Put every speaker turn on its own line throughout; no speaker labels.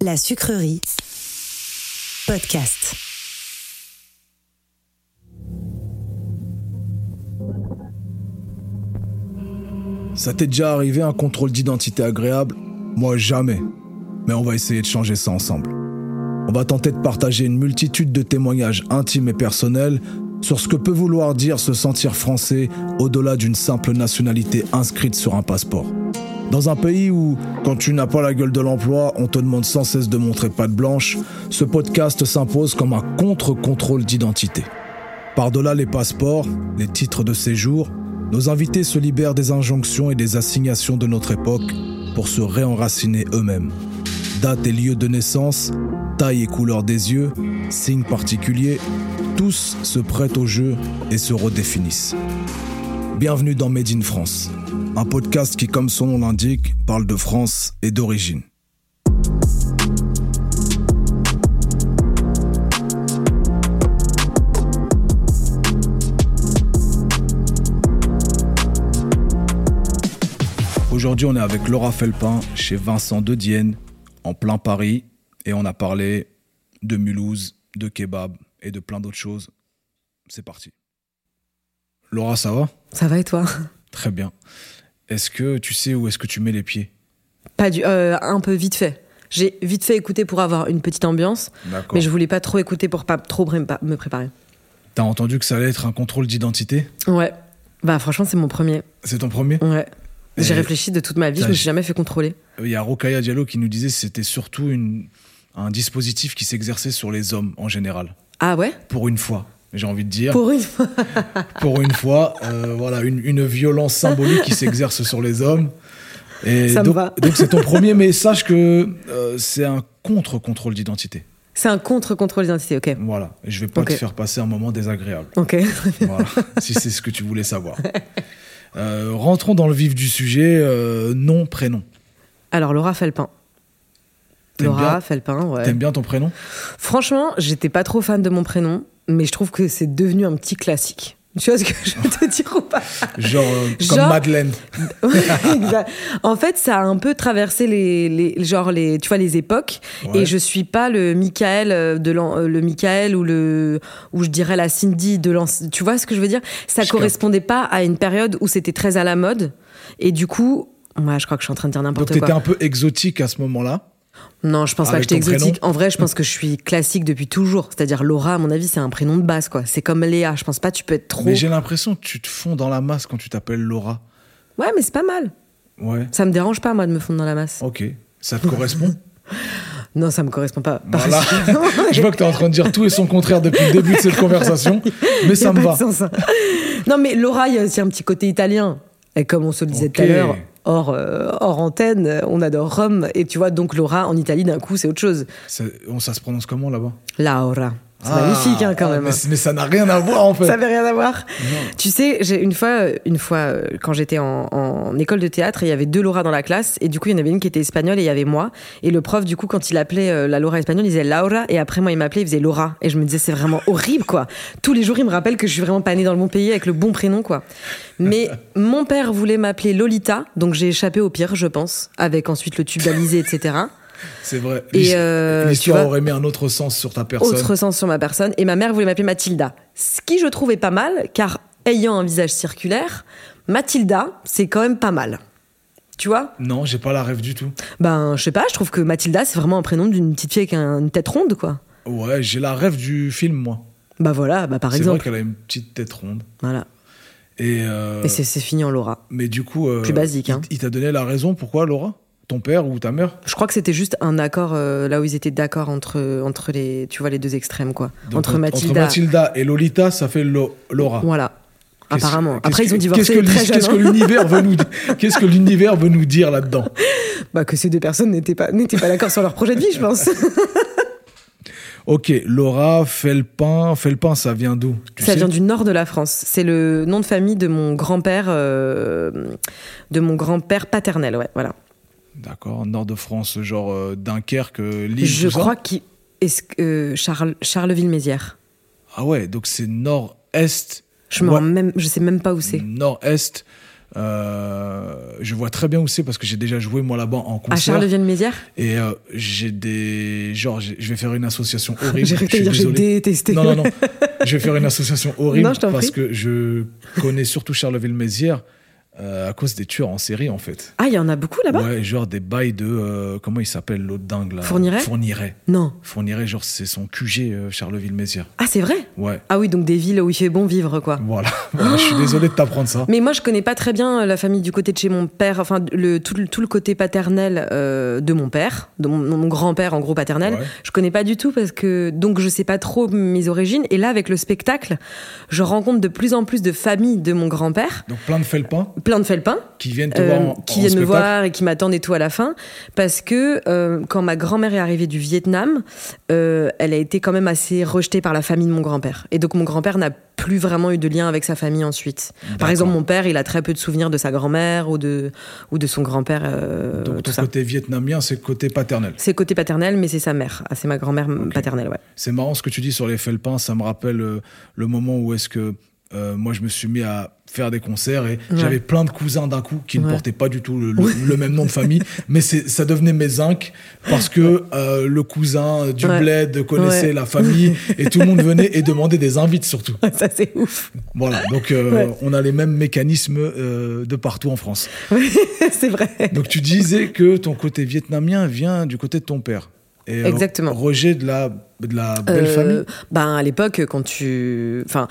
La sucrerie. Podcast.
Ça t'est déjà arrivé un contrôle d'identité agréable Moi jamais. Mais on va essayer de changer ça ensemble. On va tenter de partager une multitude de témoignages intimes et personnels sur ce que peut vouloir dire se sentir français au-delà d'une simple nationalité inscrite sur un passeport. Dans un pays où, quand tu n'as pas la gueule de l'emploi, on te demande sans cesse de montrer patte blanche, ce podcast s'impose comme un contre-contrôle d'identité. Par-delà les passeports, les titres de séjour, nos invités se libèrent des injonctions et des assignations de notre époque pour se réenraciner eux-mêmes. Date et lieu de naissance, taille et couleur des yeux, signes particuliers, tous se prêtent au jeu et se redéfinissent. Bienvenue dans Made in France, un podcast qui, comme son nom l'indique, parle de France et d'origine. Aujourd'hui, on est avec Laura Felpin chez Vincent de Dienne, en plein Paris, et on a parlé de Mulhouse, de kebab et de plein d'autres choses. C'est parti. Laura, ça va
Ça va et toi
Très bien. Est-ce que tu sais où est-ce que tu mets les pieds
Pas du, euh, un peu vite fait. J'ai vite fait écouter pour avoir une petite ambiance,
D'accord.
mais je voulais pas trop écouter pour pas trop pré- me préparer.
T'as entendu que ça allait être un contrôle d'identité
Ouais. Bah franchement, c'est mon premier.
C'est ton premier
Ouais. J'ai
Et-
réfléchi de toute ma vie, je
T'as-
me suis jamais fait contrôler.
Il y a Rokaya Diallo qui nous disait que c'était surtout une- un dispositif qui s'exerçait sur les hommes en général.
Ah ouais
Pour une fois, j'ai envie de dire. Pour,
Pour une fois.
une fois, euh, voilà, une, une violence symbolique qui s'exerce sur les hommes. Et
Ça me
donc,
va.
donc c'est ton premier, mais sache que euh, c'est un contre-contrôle d'identité.
C'est un contre-contrôle d'identité, ok.
Voilà, je vais pas
Ok.
te faire passer un moment désagréable.
Ok.
Voilà, si c'est ce que tu voulais savoir. Euh, rentrons dans le vif du sujet, euh, nom, prénom.
Alors Laura Felpin.
T'aimes
Laura
bien-
Felpin, ouais.
T'aimes bien ton prénom
Franchement, j'étais pas trop fan de mon prénom, mais je trouve que c'est devenu un petit classique. Tu vois ce que je veux te dire ou pas
Genre euh, comme
Genre-
Madeleine.
Ouais, exact. en fait, ça a un peu traversé les, les genre les, tu vois, les époques.
Ouais.
Et je suis pas le Michael euh, de l'an- euh, le Michael ou le ou je dirais la Cindy de l'an. Tu vois ce que je veux dire Ça
Je
correspondait pas à une période où c'était très à la mode. Et du coup, ouais, je crois que je suis en train de dire
Donc
n'importe
t'étais
quoi.
un peu exotique à ce moment-là.
Non, je pense pas que
Avec
j'étais
ton prénom
exotique. En vrai, je pense que je suis classique depuis toujours. C'est-à-dire Laura, à mon avis, c'est un prénom de base quoi. C'est comme Léa. Je pense pas que tu peux être trop.
Mais j'ai l'impression que tu te fonds dans la masse quand tu t'appelles Laura.
Ouais, mais c'est pas mal.
Ouais.
Ça me dérange pas moi de me fondre dans la masse.
Ok. Ça te correspond
Non, ça me correspond pas.
Voilà. Je vois que t'es en train de dire tout et son contraire depuis le début de cette conversation, mais
Y a
ça me
pas
va.
de sens, hein. non, mais Laura, il y a aussi un petit côté italien. Et comme on se le disait tout à
Ok.
l'heure, hors, euh, hors antenne, euh, on adore Rome. Et tu vois, donc Laura, en Italie, d'un coup, c'est autre chose.
Ça, on- ça se prononce comment là-bas
Laura. C'est
Ah,
magnifique, hein, quand
ah,
même.
Mais, mais ça n'a rien à voir en fait.
Ça avait rien à voir.
Non.
Tu sais, j'ai une fois, euh, une fois, euh, quand j'étais en, en école de théâtre, il y avait deux Laura dans la classe, et du coup, il y en avait une qui était espagnole et il y avait moi. Et le prof, du coup, quand il appelait euh, la Laura espagnole, il disait Laura, et après moi, il m'appelait, il faisait Laura. Et je me disais, c'est vraiment horrible, quoi. Tous les jours, il me rappelle que je suis vraiment pas née dans le bon pays avec le bon prénom, quoi. Mais mon père voulait m'appeler Lolita, donc j'ai échappé au pire, je pense, avec ensuite le tube balisé, etc.
C'est vrai.
Et,
L'his-
euh, tu
L'histoire
vois-
aurait mis un autre sens sur ta personne.
autre sens sur ma personne. Et ma mère voulait m'appeler Mathilda. Ce qui je trouvais pas mal, car ayant un visage circulaire, Mathilda, c'est quand même pas mal. Tu vois
Non, j'ai pas la rêve du tout.
Ben, je sais pas, je trouve que Mathilda, c'est vraiment un prénom d'une petite fille avec un- une tête ronde, quoi.
Ouais, j'ai la rêve du film, moi.
Bah voilà, bah par
C'est vrai
exemple.
qu'elle a une petite tête ronde.
Voilà.
Et, euh,
Et c'est c'est fini en Laura.
mais du coup, euh,
plus basique, hein.
il- Il t'a donné la raison pourquoi, Laura Ton père ou ta mère
Je crois que c'était juste un accord, euh, là où ils étaient d'accord entre, entre les, tu vois, les deux extrêmes, quoi.
Donc,
entre Mathilda.
et Lolita, ça fait Lo- Laura.
Voilà.
Qu'est-ce-
Apparemment.
qu'est-ce
Après, ils
que-
ont divorcé
Qu'est-ce que,
très
l'hi-
jeunes.
qu'est-ce que
hein.
l'univers veut nous, di- qu'est-ce que l'univers veut nous dire là-dedans
Bah, que ces deux personnes n'étaient pas, n'étaient pas d'accord sur leur projet de vie, je pense.
Ok, Laura, Felpin. Felpin, ça vient d'où Tu
Ça
sais
vient du nord de la France. C'est le nom de famille de mon grand-père, euh, de mon grand-père paternel. Ouais, voilà.
D'accord, nord de France, genre euh, Dunkerque, euh, Lille.
je
tout ça
crois qu'il est-ce que euh, Charles Charleville-Mézières.
Ah ouais, donc c'est nord-est.
Je me
Ouais. Bah,
rends même, je sais même pas où c'est.
Nord-est Euh, je vois très bien où c'est parce que j'ai déjà joué moi là-bas en
À
concert.
Charleville-Mézières
Et euh, j'ai des. Genre, j'ai- je vais faire une association horrible.
J'ai cru que
je
t'allais
suis
dire, j'ai
désolé.
détesté.
Non, non, non. Je vais faire une association horrible
Non, je t'en
parce
prie.
que je connais surtout Charleville-Mézières euh, à cause des tueurs en série, en fait.
Ah, il y en a beaucoup là-bas
ouais, genre des bails de. euh, comment il s'appelle l'autre dingue là
Fourniret
Fourniret.
Non.
Fourniret, genre, c'est son QG, euh, Charleville-Mézières.
Ah, c'est vrai
Ouais,
Ah oui, donc des villes où il fait bon vivre, quoi.
voilà. Voilà, je suis désolé de t'apprendre ça.
Mais moi, je connais pas très bien euh, la famille du côté de chez mon père, enfin, le, tout, le- tout le côté paternel euh, de mon père, de mon, mon grand-père, en gros, paternel.
Ouais.
Je connais pas du tout parce que, donc, je sais pas trop mes origines. Et là, avec le spectacle, je rencontre de plus en plus de familles de mon grand-père,
Donc, plein de felpins
plein de felpins,
qui viennent te voir
euh,
en,
qui
en
viennent me
spectacle.
voir et qui m'attendent et tout à la fin. Parce que euh, quand ma grand-mère est arrivée du Vietnam, euh, elle a été quand même assez rejetée par la famille de mon grand-père. Et donc mon grand-père n'a plus vraiment eu de lien avec sa famille ensuite.
D'accord.
Par exemple, mon père, il a très peu de souvenirs de sa grand-mère ou de, ou de son grand-père, euh,
Donc,
tout
ton
ça.
côté vietnamien, c'est le côté paternel.
C'est côté paternel, mais c'est sa mère. Ah, c'est ma grand-mère paternelle, ouais.
C'est marrant ce que tu dis sur les felpins, ça me rappelle euh, le moment où est-ce que euh, moi je me suis mis à faire des concerts et j'avais plein de cousins d'un coup qui ne
Ouais.
portaient pas du tout le, le- le même nom de famille, mais c'est- ça devenait mes zincs parce que euh, le cousin du
Ouais.
bled connaissait
Ouais.
la famille et tout le monde venait et demandait des invites surtout.
ça, c'est ouf.
Voilà, donc euh,
Ouais.
on a les mêmes mécanismes euh, de partout en France.
c'est vrai.
Donc tu disais que ton côté vietnamien vient du côté de ton père. Et, euh,
Exactement.
Rejet de la, de la belle
Euh,
famille.
Ben à l'époque, quand tu, enfin,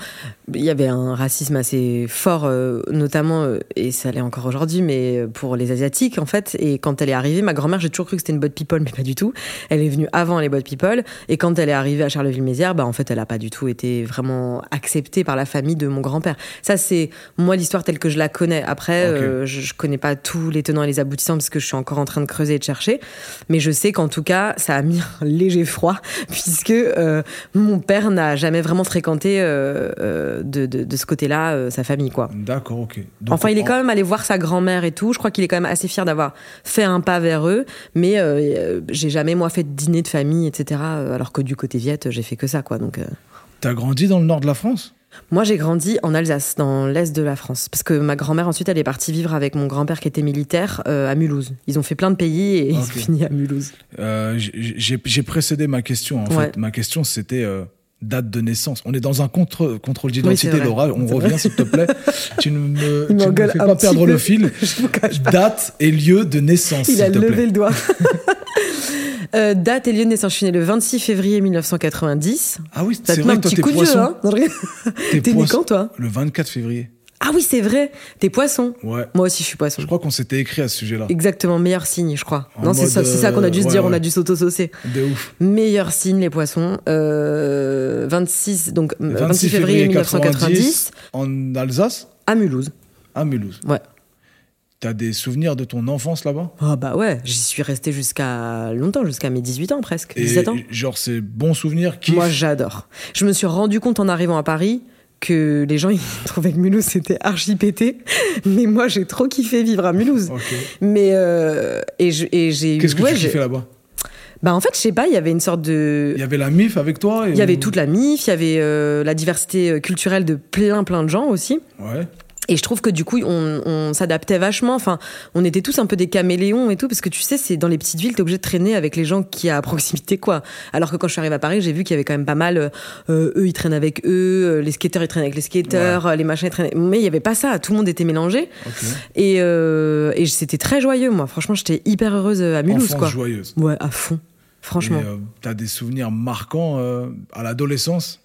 il y avait un racisme assez fort, euh, notamment euh, et ça l'est encore aujourd'hui, mais euh, pour les asiatiques en fait. Et quand elle est arrivée, ma grand-mère, j'ai toujours cru que c'était une bonne people, mais pas du tout. Elle est venue avant les bonnes people, et quand elle est arrivée à Charleville-Mézières, bah en fait, elle a pas du tout été vraiment acceptée par la famille de mon grand-père. Ça c'est moi l'histoire telle que je la connais. Après,
Ok.
euh, je, je connais pas tous les tenants et les aboutissants parce que je suis encore en train de creuser et de chercher, mais je sais qu'en tout cas, ça a mis un léger froid puisque euh, mon père n'a jamais vraiment fréquenté euh, euh, de, de- de ce côté-là euh, sa famille, quoi.
D'accord, ok. Donc,
Enfin, il est
en-
quand même allé voir sa grand-mère et tout. Je crois qu'il est quand même assez fier d'avoir fait un pas vers eux, mais euh, euh, j'ai jamais moi fait de dîner de famille, etc. euh, Alors que du côté viette, j'ai fait que ça, quoi. Donc, euh.
T'as grandi dans le nord de la France
moi, j'ai grandi en Alsace, dans l'est de la France, parce que ma grand-mère ensuite, elle est partie vivre avec mon grand-père qui était militaire euh, à Mulhouse. Ils ont fait plein de pays et ils ont
Ah, Ok.
fini à Mulhouse.
Euh, j- J'ai j'ai précédé ma question. En
Ouais.
fait, ma question c'était euh, date de naissance. On est dans un contre- contrôle
Oui,
d'identité,
c'est vrai.
Laura. On
C'est
revient, s'il te plaît. tu ne me, tu
Il
ne me
m'engueule
fais
un
pas
petit
perdre
peu.
le fil.
Je vous cache pas.
Date et lieu de naissance,
Il
s'il
a
te
levé
plaît.
le doigt. Euh, date et lieu de naissance. Je suis née le 26 février 1990.
Ah oui, c'est
Ça te met
vrai,
un
toi,
petit
t'es
coup de vieux,
poisson.
hein Non, je rigole.
T'es
T'es né
poisson.
quand, toi
Le 24 février.
Ah oui, c'est vrai. T'es poisson.
Ouais.
Moi aussi, je suis poisson.
Je crois qu'on s'était écrit à ce sujet-là.
Exactement, meilleur signe, je crois.
En
non, c'est
mode,
ça, c'est ça qu'on a dû se
euh,
dire,
ouais,
on a
ouais.
dû s'auto-saucer.
De ouf.
Meilleur signe, les poissons. Euh, 26, donc, 26, février 1990,
90, en Alsace,
à Mulhouse.
à Mulhouse.
Ouais.
T'as des souvenirs de ton enfance là-bas
Ah bah ouais, j'y suis restée jusqu'à longtemps, jusqu'à mes 18 ans presque,
Et
17 ans.
Genre, c'est bon souvenir qui.
Moi, j'adore. Je me suis rendu compte en arrivant à Paris que les gens ils trouvaient que Mulhouse c'était archi pété, mais moi j'ai trop kiffé vivre à Mulhouse. Mais euh, et je- et j'ai eu-
Qu'est-ce que
ouais,
tu
j'ai-
kiffais là-bas
Bah en fait, je sais pas, il y avait une sorte de
Il y avait la MIF avec toi et-
il y avait toute la MIF, il y avait euh, la diversité euh, culturelle de plein plein de gens aussi.
Ouais.
Et je trouve que du coup, on, on s'adaptait vachement. Enfin, on était tous un peu des caméléons et tout, parce que tu sais, c'est dans les petites villes, t'es obligé de traîner avec les gens qui à proximité, quoi. Alors que quand je suis arrivée à Paris, j'ai vu qu'il y avait quand même pas mal. euh, euh, eux, ils traînent avec eux, euh, les skateurs, ils traînent avec les skateurs, euh, les machins, ils traînent. Mais il y avait pas ça. Tout le monde était mélangé.
ok.
Et, euh, et c'était très joyeux, moi. Franchement, j'étais hyper heureuse euh, à Mulhouse,
Enfance
quoi.
joyeuse.
Ouais, à fond. Franchement.
Et, euh, T'as des souvenirs marquants euh, à l'adolescence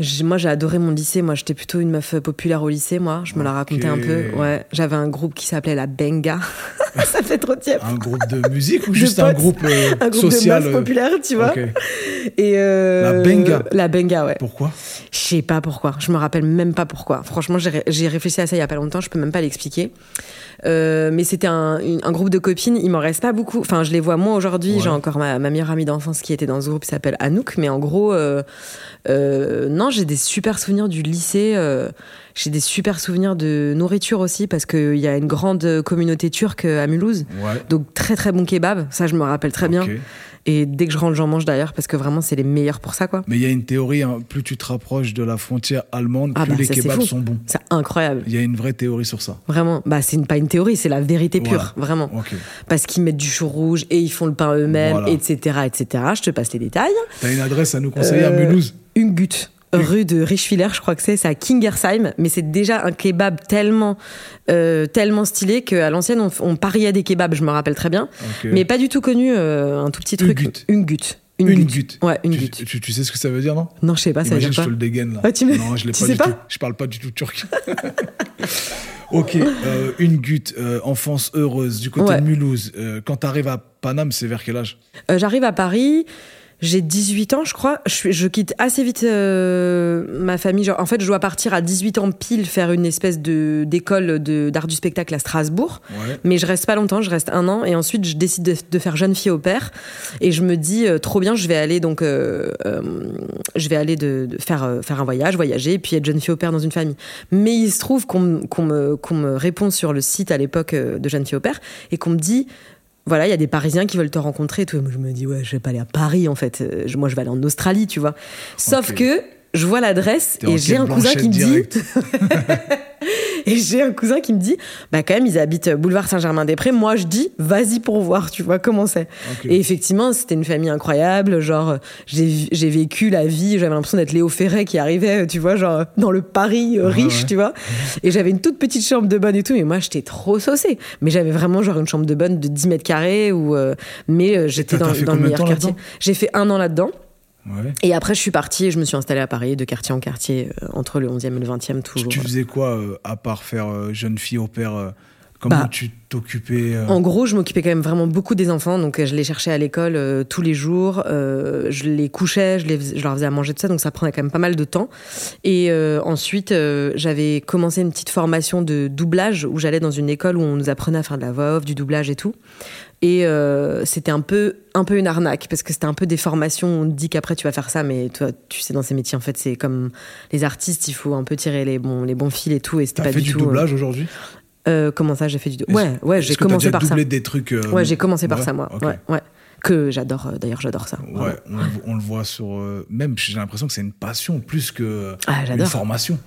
J'ai- Moi, j'ai adoré mon lycée. Moi, j'étais plutôt une meuf euh, populaire au lycée, moi. Je me la
Ok.
racontais un peu. Ouais. J'avais un groupe qui s'appelait la Benga. ça fait trop tiep.
Un groupe de musique ou
De
juste un
potes.
groupe, euh,
Un groupe
Ah. social
de
euh,
meufs populaires, tu vois.
ok.
Et euh,
La Benga.
La Benga, ouais.
Pourquoi
Je sais pas pourquoi. Je me rappelle même pas pourquoi. Franchement, j'ai ré- j'ai réfléchi à ça il y a pas longtemps. Je peux même pas l'expliquer. Euh, mais c'était un, une- un groupe de copines. Il m'en reste pas beaucoup. Enfin, je les vois moi aujourd'hui.
Ouais.
J'ai encore ma, ma meilleure amie d'enfance qui était dans ce groupe qui s'appelle Anouk. Mais en gros, euh, euh, non, j'ai des super souvenirs du lycée. euh, j'ai des super souvenirs de nourriture aussi parce qu'il y a une grande communauté turque à Mulhouse.
Ouais.
Donc très très bon kebab. Ça, je me rappelle très bien.
Ok.
Et dès que je rentre, j'en mange d'ailleurs, parce que vraiment, c'est les meilleurs pour ça, quoi.
Mais il y a une théorie, hein, plus tu te rapproches de la frontière allemande,
Ah
plus
bah,
les
ça, c'est
kebabs
fou.
sont bons.
C'est incroyable.
Il y a une vraie théorie sur ça.
Vraiment, bah c'est une- pas une théorie, c'est la vérité pure,
Voilà.
vraiment.
Ok.
Parce qu'ils mettent du chou rouge et ils font le pain eux-mêmes,
Voilà.
etc., etc. Je te passe les détails.
T'as une adresse à nous conseiller à
Euh,
Mulhouse
Ungut, rue de Richwiller, je crois que c'est, c'est à Kingersheim, mais c'est déjà un kebab tellement, euh, tellement stylé qu'à l'ancienne, on, on pariait des kebabs, je me rappelle très bien,
Ok.
mais pas du tout connu, euh, un tout petit truc.
Ungut.
Ungut.
Une
Ungut.
goutte.
Ouais, une
Tu-
goutte.
Tu, tu sais ce que ça veut dire, non
Non, je sais pas, ça veut
Imagine,
dire
je
quoi.
te le dégaine là.
Ah, tu me-
Non, je l'ai
tu
pas
sais
du
pas
tout. Je parle pas du tout turc. ok, euh, une goutte, euh, enfance heureuse du côté
Ouais.
de Mulhouse. Euh, quand t'arrives à Paname, c'est vers quel âge
Euh, J'arrive à Paris. J'ai 18 ans, je crois. Je, suis- je quitte assez vite euh, ma famille. Genre, en fait, je dois partir à 18 ans pile faire une espèce de d'école de- d'art du spectacle à Strasbourg.
Ouais.
Mais je reste pas longtemps, je reste un an et ensuite je décide de, de faire jeune fille au père et je me dis euh, trop bien, je vais aller donc euh, euh, je vais aller de, de faire euh, faire un voyage, voyager et puis être jeune fille au père dans une famille. Mais il se trouve qu'on me- qu'on me qu'on me répond sur le site à l'époque euh, de jeune fille au père et qu'on me dit voilà, il y a des Parisiens qui veulent te rencontrer et tout. Et moi, je me dis, ouais, je vais pas aller à Paris, en fait. Euh, je- Moi, je vais aller en Australie, tu vois. Sauf
Ok.
que je vois l'adresse
T'es en
et j'ai un
quête
cousin qui me
blanchette directe.
dit, et j'ai un cousin qui me dit, bah quand même, ils habitent boulevard Saint-Germain-des-Prés. Moi, je dis, vas-y pour voir, tu vois comment c'est.
Ok.
Et effectivement, c'était une famille incroyable. Genre, euh, j'ai j'ai vécu la vie. J'avais l'impression d'être Léo Ferré qui arrivait, euh, tu vois, genre dans le Paris euh,
Ouais,
riche,
ouais.
tu vois. Et j'avais une toute petite chambre de bonne et tout. Mais moi, j'étais trop saucée. Mais j'avais vraiment genre une chambre de bonne de 10 mètres carrés. Ou euh, mais euh, j'étais
t'as-
dans,
t'as fait
dans le
combien de
meilleur
temps
quartier.
là-dedans
J'ai fait un an là-dedans.
Ouais.
Et après, je suis partie et je me suis installée à Paris, de quartier en quartier, euh, entre le 11e et le 20e,
Tu,
toujours.
tu faisais quoi euh, à part faire euh, jeune fille au père euh, Comment
Bah,
tu t'occupais euh,
En gros, je m'occupais quand même vraiment beaucoup des enfants, donc euh, je les cherchais à l'école euh, tous les jours, euh, je les couchais, je, les fais- je leur faisais à manger tout ça, donc ça prenait quand même pas mal de temps. Et euh, ensuite, euh, j'avais commencé une petite formation de doublage où j'allais dans une école où on nous apprenait à faire de la voix off, du doublage et tout. Et euh, c'était un peu, un peu une arnaque parce que c'était un peu des formations. où On te dit qu'après tu vas faire ça, mais toi, tu sais, dans ces métiers, en fait, c'est comme les artistes, il faut un peu tirer les bons, les bons fils et tout. Et c'était
T'as
pas
fait
du,
du
tout. euh,
doublage aujourd'hui
euh, comment ça, j'ai fait du. dou-
Est-ce-
Ouais, ouais,
Est-ce
j'ai
que t'as
commencé
déjà
par ça.
doublé des trucs. euh,
Ouais, j'ai commencé par
ouais
ça, moi.
Ok.
Ouais, ouais. Que j'adore, euh, d'ailleurs, j'adore ça.
Ouais, on, le- on le voit sur. euh, même, j'ai l'impression que c'est une passion plus que
Ah,
une
j'adore.
formation.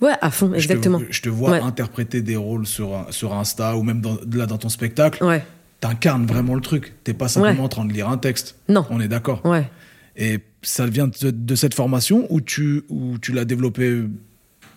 Ouais, à fond,
Je te-
exactement.
Je te, vois
Ouais.
interpréter des rôles sur, un- sur Insta ou même dans, là dans ton spectacle.
Ouais,
T'incarnes vraiment le truc. T'es pas simplement en train de lire un texte.
Non.
On est d'accord.
ouais.
Et ça vient de, de cette formation ou tu, ou tu l'as développé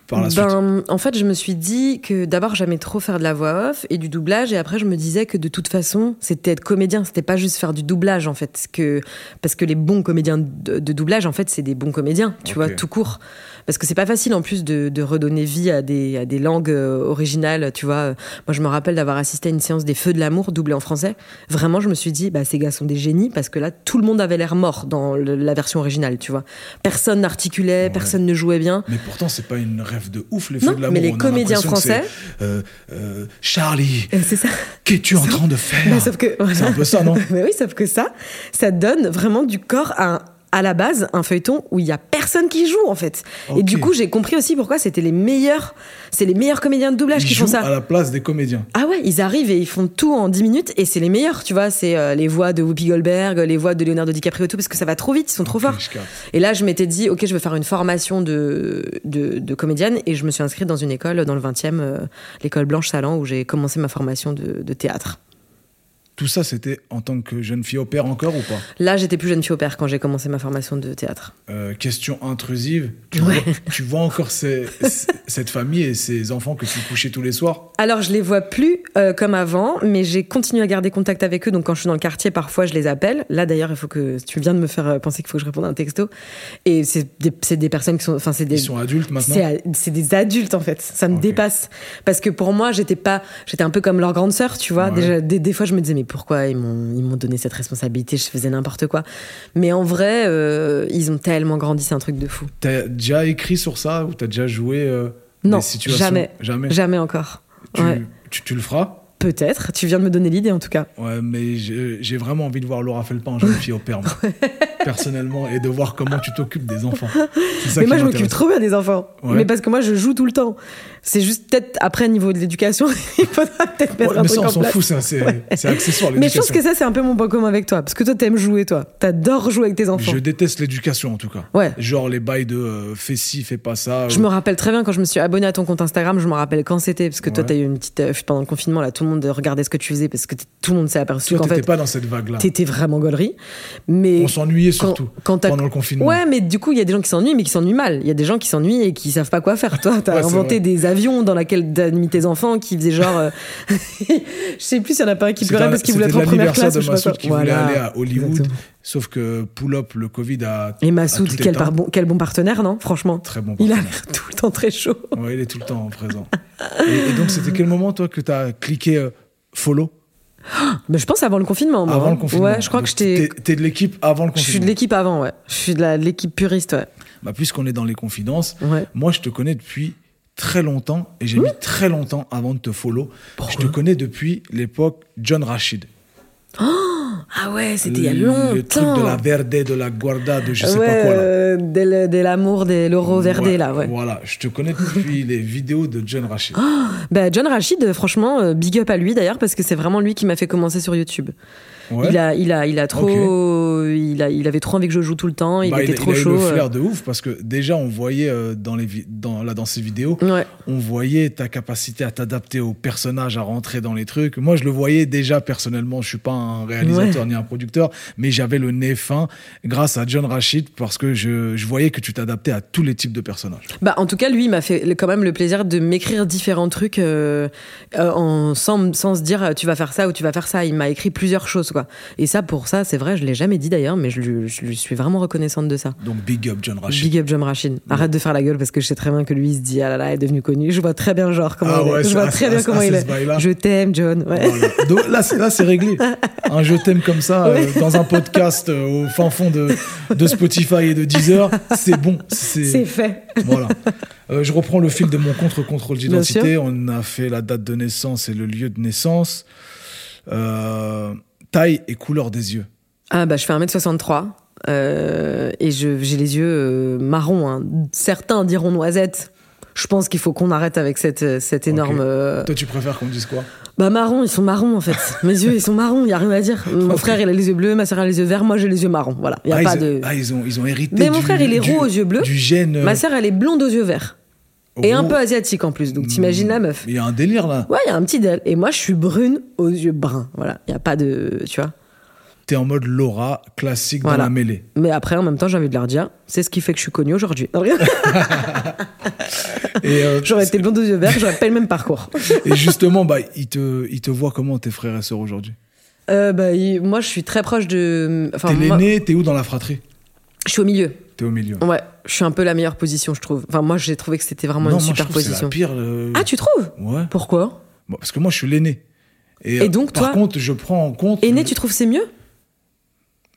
par la suite
Ben, en fait, je me suis dit que d'abord, j'aimais trop faire de la voix off et du doublage, et après, je me disais que de toute façon, c'était être comédien, c'était pas juste faire du doublage, en fait. Que, parce que les bons comédiens de, de doublage, en fait, c'est des bons comédiens, tu
Ok.
vois, tout court. Parce que c'est pas facile, en plus, de, de redonner vie à des, à des langues euh, originales, tu vois. Moi, je me rappelle d'avoir assisté à une séance des Feux de l'amour doublée en français. Vraiment, je me suis dit, bah, ces gars sont des génies, parce que là, tout le monde avait l'air mort dans le- la version originale, tu vois. Personne n'articulait, personne ne jouait bien.
Mais pourtant, c'est pas une rêve de ouf, les
Non,
feux de l'amour.
mais les
On a
comédiens
l'impression que
français-
c'est, euh, euh, Charlie,
Euh, C'est ça.
qu'es-tu en train de faire
Bah, sauf que
Ah. C'est un peu ça, non
Mais oui, sauf que ça, ça donne vraiment du corps à un- à la base un feuilleton où il y a personne qui joue en fait. Et
Ok.
du coup, j'ai compris aussi pourquoi c'était les meilleurs, c'est les meilleurs comédiens de doublage
Ils
qui font
jouent
ça.
à la place des comédiens.
Ah ouais, ils arrivent et ils font tout en 10 minutes et c'est les meilleurs, tu vois, c'est euh, les voix de Whoopi Goldberg, les voix de Leonardo DiCaprio et tout parce que ça va trop vite, ils sont trop
Ok,
forts.
je capte.
Et là, je m'étais dit, ok, je vais faire une formation de, de, de comédienne et je me suis inscrite dans une école dans le 20e, euh, l'école Blanche Salan, où j'ai commencé ma formation de, de théâtre.
Tout ça, c'était en tant que jeune fille au père encore ou pas
Là, j'étais plus jeune fille au père quand j'ai commencé ma formation de théâtre.
Euh, Question intrusive. Tu,
Ouais.
vois, tu vois encore ces- ces- cette famille et ces enfants que tu couchais tous les soirs
Alors, je les vois plus euh, comme avant, mais j'ai continué à garder contact avec eux. Donc, quand je suis dans le quartier, parfois, je les appelle. Là, d'ailleurs, il faut que tu viens de me faire euh, penser qu'il faut que je réponde à un texto. Et c'est des, c'est des personnes qui sont, enfin, c'est des,
Ils sont adultes maintenant
C'est, à- c'est des adultes en fait, ça me
Ok.
dépasse parce que pour moi j'étais pas, j'étais un peu comme leur grande sœur, tu vois.
Ouais.
Déjà, des, des fois je me disais mais pourquoi ils m'ont ils m'ont donné cette responsabilité, je faisais n'importe quoi. Mais en vrai, euh, ils ont tellement grandi, c'est un truc de fou.
T'as déjà écrit sur ça ou t'as déjà joué euh,
Non,
des situations
jamais.
Jamais.
Jamais encore.
Tu,
Ouais.
tu, tu le feras
Peut-être. Tu viens de me donner l'idée en tout cas.
Ouais, mais j'ai j'ai vraiment envie de voir Laura Felpin en jeune fille au perme, personnellement, et de voir comment tu t'occupes des enfants. C'est ça
Mais
qui
moi, je m'occupe
m'intéresse.
trop bien des enfants.
Ouais.
Mais parce que moi, je joue tout le temps. C'est juste peut-être après au niveau de l'éducation, il faudra peut-être mettre
Ouais,
un
mais
truc
ça, on
en
s'en
place.
fout, c'est c'est-
Ouais.
c'est accessoire
Mais je pense
l'éducation.
que ça, c'est un peu mon point commun avec toi. Parce que toi, t'aimes jouer, toi. T'adores jouer avec tes enfants.
Je déteste l'éducation en tout cas.
Ouais.
Genre les bails de euh, fais ci, fais pas ça. euh,
Je me rappelle très bien quand je me suis abonnée à ton compte Instagram, je me rappelle quand c'était, parce que toi,
Ouais.
t'as eu une petite. euh, pendant le confinement, là, tout le monde regardait ce que tu faisais, parce que t- tout le monde s'est aperçu
Toi,
qu'en
t'étais
fait,
pas dans cette vague-là.
t'étais vraiment gaulerie. Mais.
On s'ennuyait
quand-
surtout
quand t'as-
pendant le confinement.
Ouais, mais du coup, il y a des gens qui s'ennuient, mais qui s'ennuient mal. Il y a des gens qui s'ennuient et qui savent pas quoi faire. Toi, t'as
Ouais, c'est vrai.
inventé des avions dans lesquels t'as mis tes enfants qui faisaient genre. euh, je sais plus s'il y en a pas un qui
C'était
pleurait
un-
parce qu'il voulait être
c'était
en première
l'anniversaire
classe.
de
ou je sais pas
Massoud
quoi.
qui voulait
Voilà.
aller à Hollywood,
Exactement.
sauf que pull-up, le Covid a.
Et
à
Massoud,
tout
quel,
éteint.
par- bon, quel bon partenaire, non Franchement.
Très bon.
Il a
partenaire.
l'air tout le temps très chaud.
Ouais, il est tout le temps présent. Et, et donc, c'était quel moment, toi, que t'as cliqué euh, follow
Mais je pense avant le confinement. moi,
avant
hein.
le confinement
Ouais, je crois
Donc,
que je t'ai.
T'es t'es de l'équipe avant le
Je suis de
confinement.
l'équipe avant, ouais. Je suis de la- de l'équipe puriste, ouais.
bah, Puisqu'on est dans les confidences,
Ouais. Mmh.
moi, je te connais depuis très longtemps et j'ai mis très longtemps avant de te follow. je te connais depuis l'époque John Rachid.
Ah ouais, c'était il y a
Le-
longtemps.
Le truc de la Verde, de la Guarda, de je sais
ouais,
pas quoi. là.
euh, de l- de l'amour, de l'euro verdé, là, ouais.
Voilà, je te connais depuis les vidéos de John Rachid.
Bah, John Rachid, euh, franchement, euh, big up à lui d'ailleurs, parce que c'est vraiment lui qui m'a fait commencer sur YouTube.
Ouais.
Il, a, il, a, il a trop. Il, a, il avait trop envie que je joue tout le temps, il
Bah,
était
a-
trop
a eu
chaud.
le
euh.
flair de ouf parce que déjà on voyait euh, dans les vi- dans là dans ces vidéos,
Ouais.
on voyait ta capacité à t'adapter au personnage, à rentrer dans les trucs. Moi, je le voyais déjà personnellement. Je suis pas un réalisateur ni un producteur, mais j'avais le nez fin grâce à John Rachid parce que je, je voyais que tu t'adaptais à tous les types de personnages.
Bah, en tout cas, lui, il m'a fait le- quand même le plaisir de m'écrire différents trucs euh, euh, en, sans, sans se dire euh, tu vas faire ça ou tu vas faire ça. Il m'a écrit plusieurs choses, quoi. Et ça, pour ça, c'est vrai, je l'ai jamais dit d'ailleurs, mais je lui, je lui suis vraiment reconnaissante de ça.
Donc big up John Rachid.
Big up John Rachid. Arrête de faire la gueule parce que je sais très bien que lui il se dit ah là là, il est devenu connu. Je vois très bien genre comment
Ah
il
ouais,
est. Je
c'est-
vois
ah,
très
c'est-
bien
ah,
comment
c'est
il
ce
est.
bail-là.
Je t'aime John. Ouais.
Voilà. Donc là, c'est, là, c'est réglé. Un je t'aime comme ça, euh, dans un podcast euh, au fin fond de, de Spotify et de Deezer, c'est bon. C'est,
C'est fait.
Voilà. Euh, je reprends le fil de mon contre-contrôle
Bien
d'identité. On a fait la date de naissance et le lieu de naissance. Euh, taille et couleur des yeux.
Ah bah je fais 1m63 euh, et je- j'ai les yeux euh, marrons. hein. Certains diront noisette. Je pense qu'il faut qu'on arrête avec cette, euh, cette énorme.
Ok.
euh,
Toi, tu préfères qu'on me dise quoi
Bah marron, ils sont marrons en fait. Mes yeux ils sont marrons, il y a rien à dire. Mon
Ok.
frère il a les yeux bleus, ma soeur a les yeux verts, moi j'ai les yeux marrons. Voilà, il y a
Ah,
pas
ils,
de.
ah, ils ont, ils ont hérité.
Mais mon
du-
frère, il est
du-
roux aux yeux bleus.
Du gène. euh,
Ma soeur elle est blonde aux yeux verts et un
roux.
peu asiatique en plus. Donc t'imagines la meuf.
Hmm. Il y a un délire là.
Ouais, il y a un petit del. Et moi, je suis brune aux yeux bruns. Voilà, il y a pas de, tu vois.
T'es en mode Laura classique dans
Voilà.
la mêlée.
Mais après, en même temps, j'ai envie de leur dire, c'est ce qui fait que je suis connue aujourd'hui. Non, rien.
Et, euh,
J'aurais été blonde aux yeux verts, j'aurais pas eu le même parcours.
Et justement, bah, ils te, ils te voient comment tes frères et sœurs aujourd'hui
Euh, bah, il- moi, je suis très proche de. mm, Enfin,
T'es
moi,
l'aîné, t'es où dans la fratrie
je suis au milieu.
T'es au milieu.
Ouais, je suis un peu la meilleure position, je trouve. Enfin, moi, j'ai trouvé que c'était vraiment une
moi, je
super
trouve que c'est la
position.
pire. euh,
Ah, tu trouves
Ouais.
Pourquoi
Bon, parce que moi, je suis l'aîné.
Et
euh,
donc,
par
toi-
contre, je prends en compte.
Aînée, tu trouves c'est mieux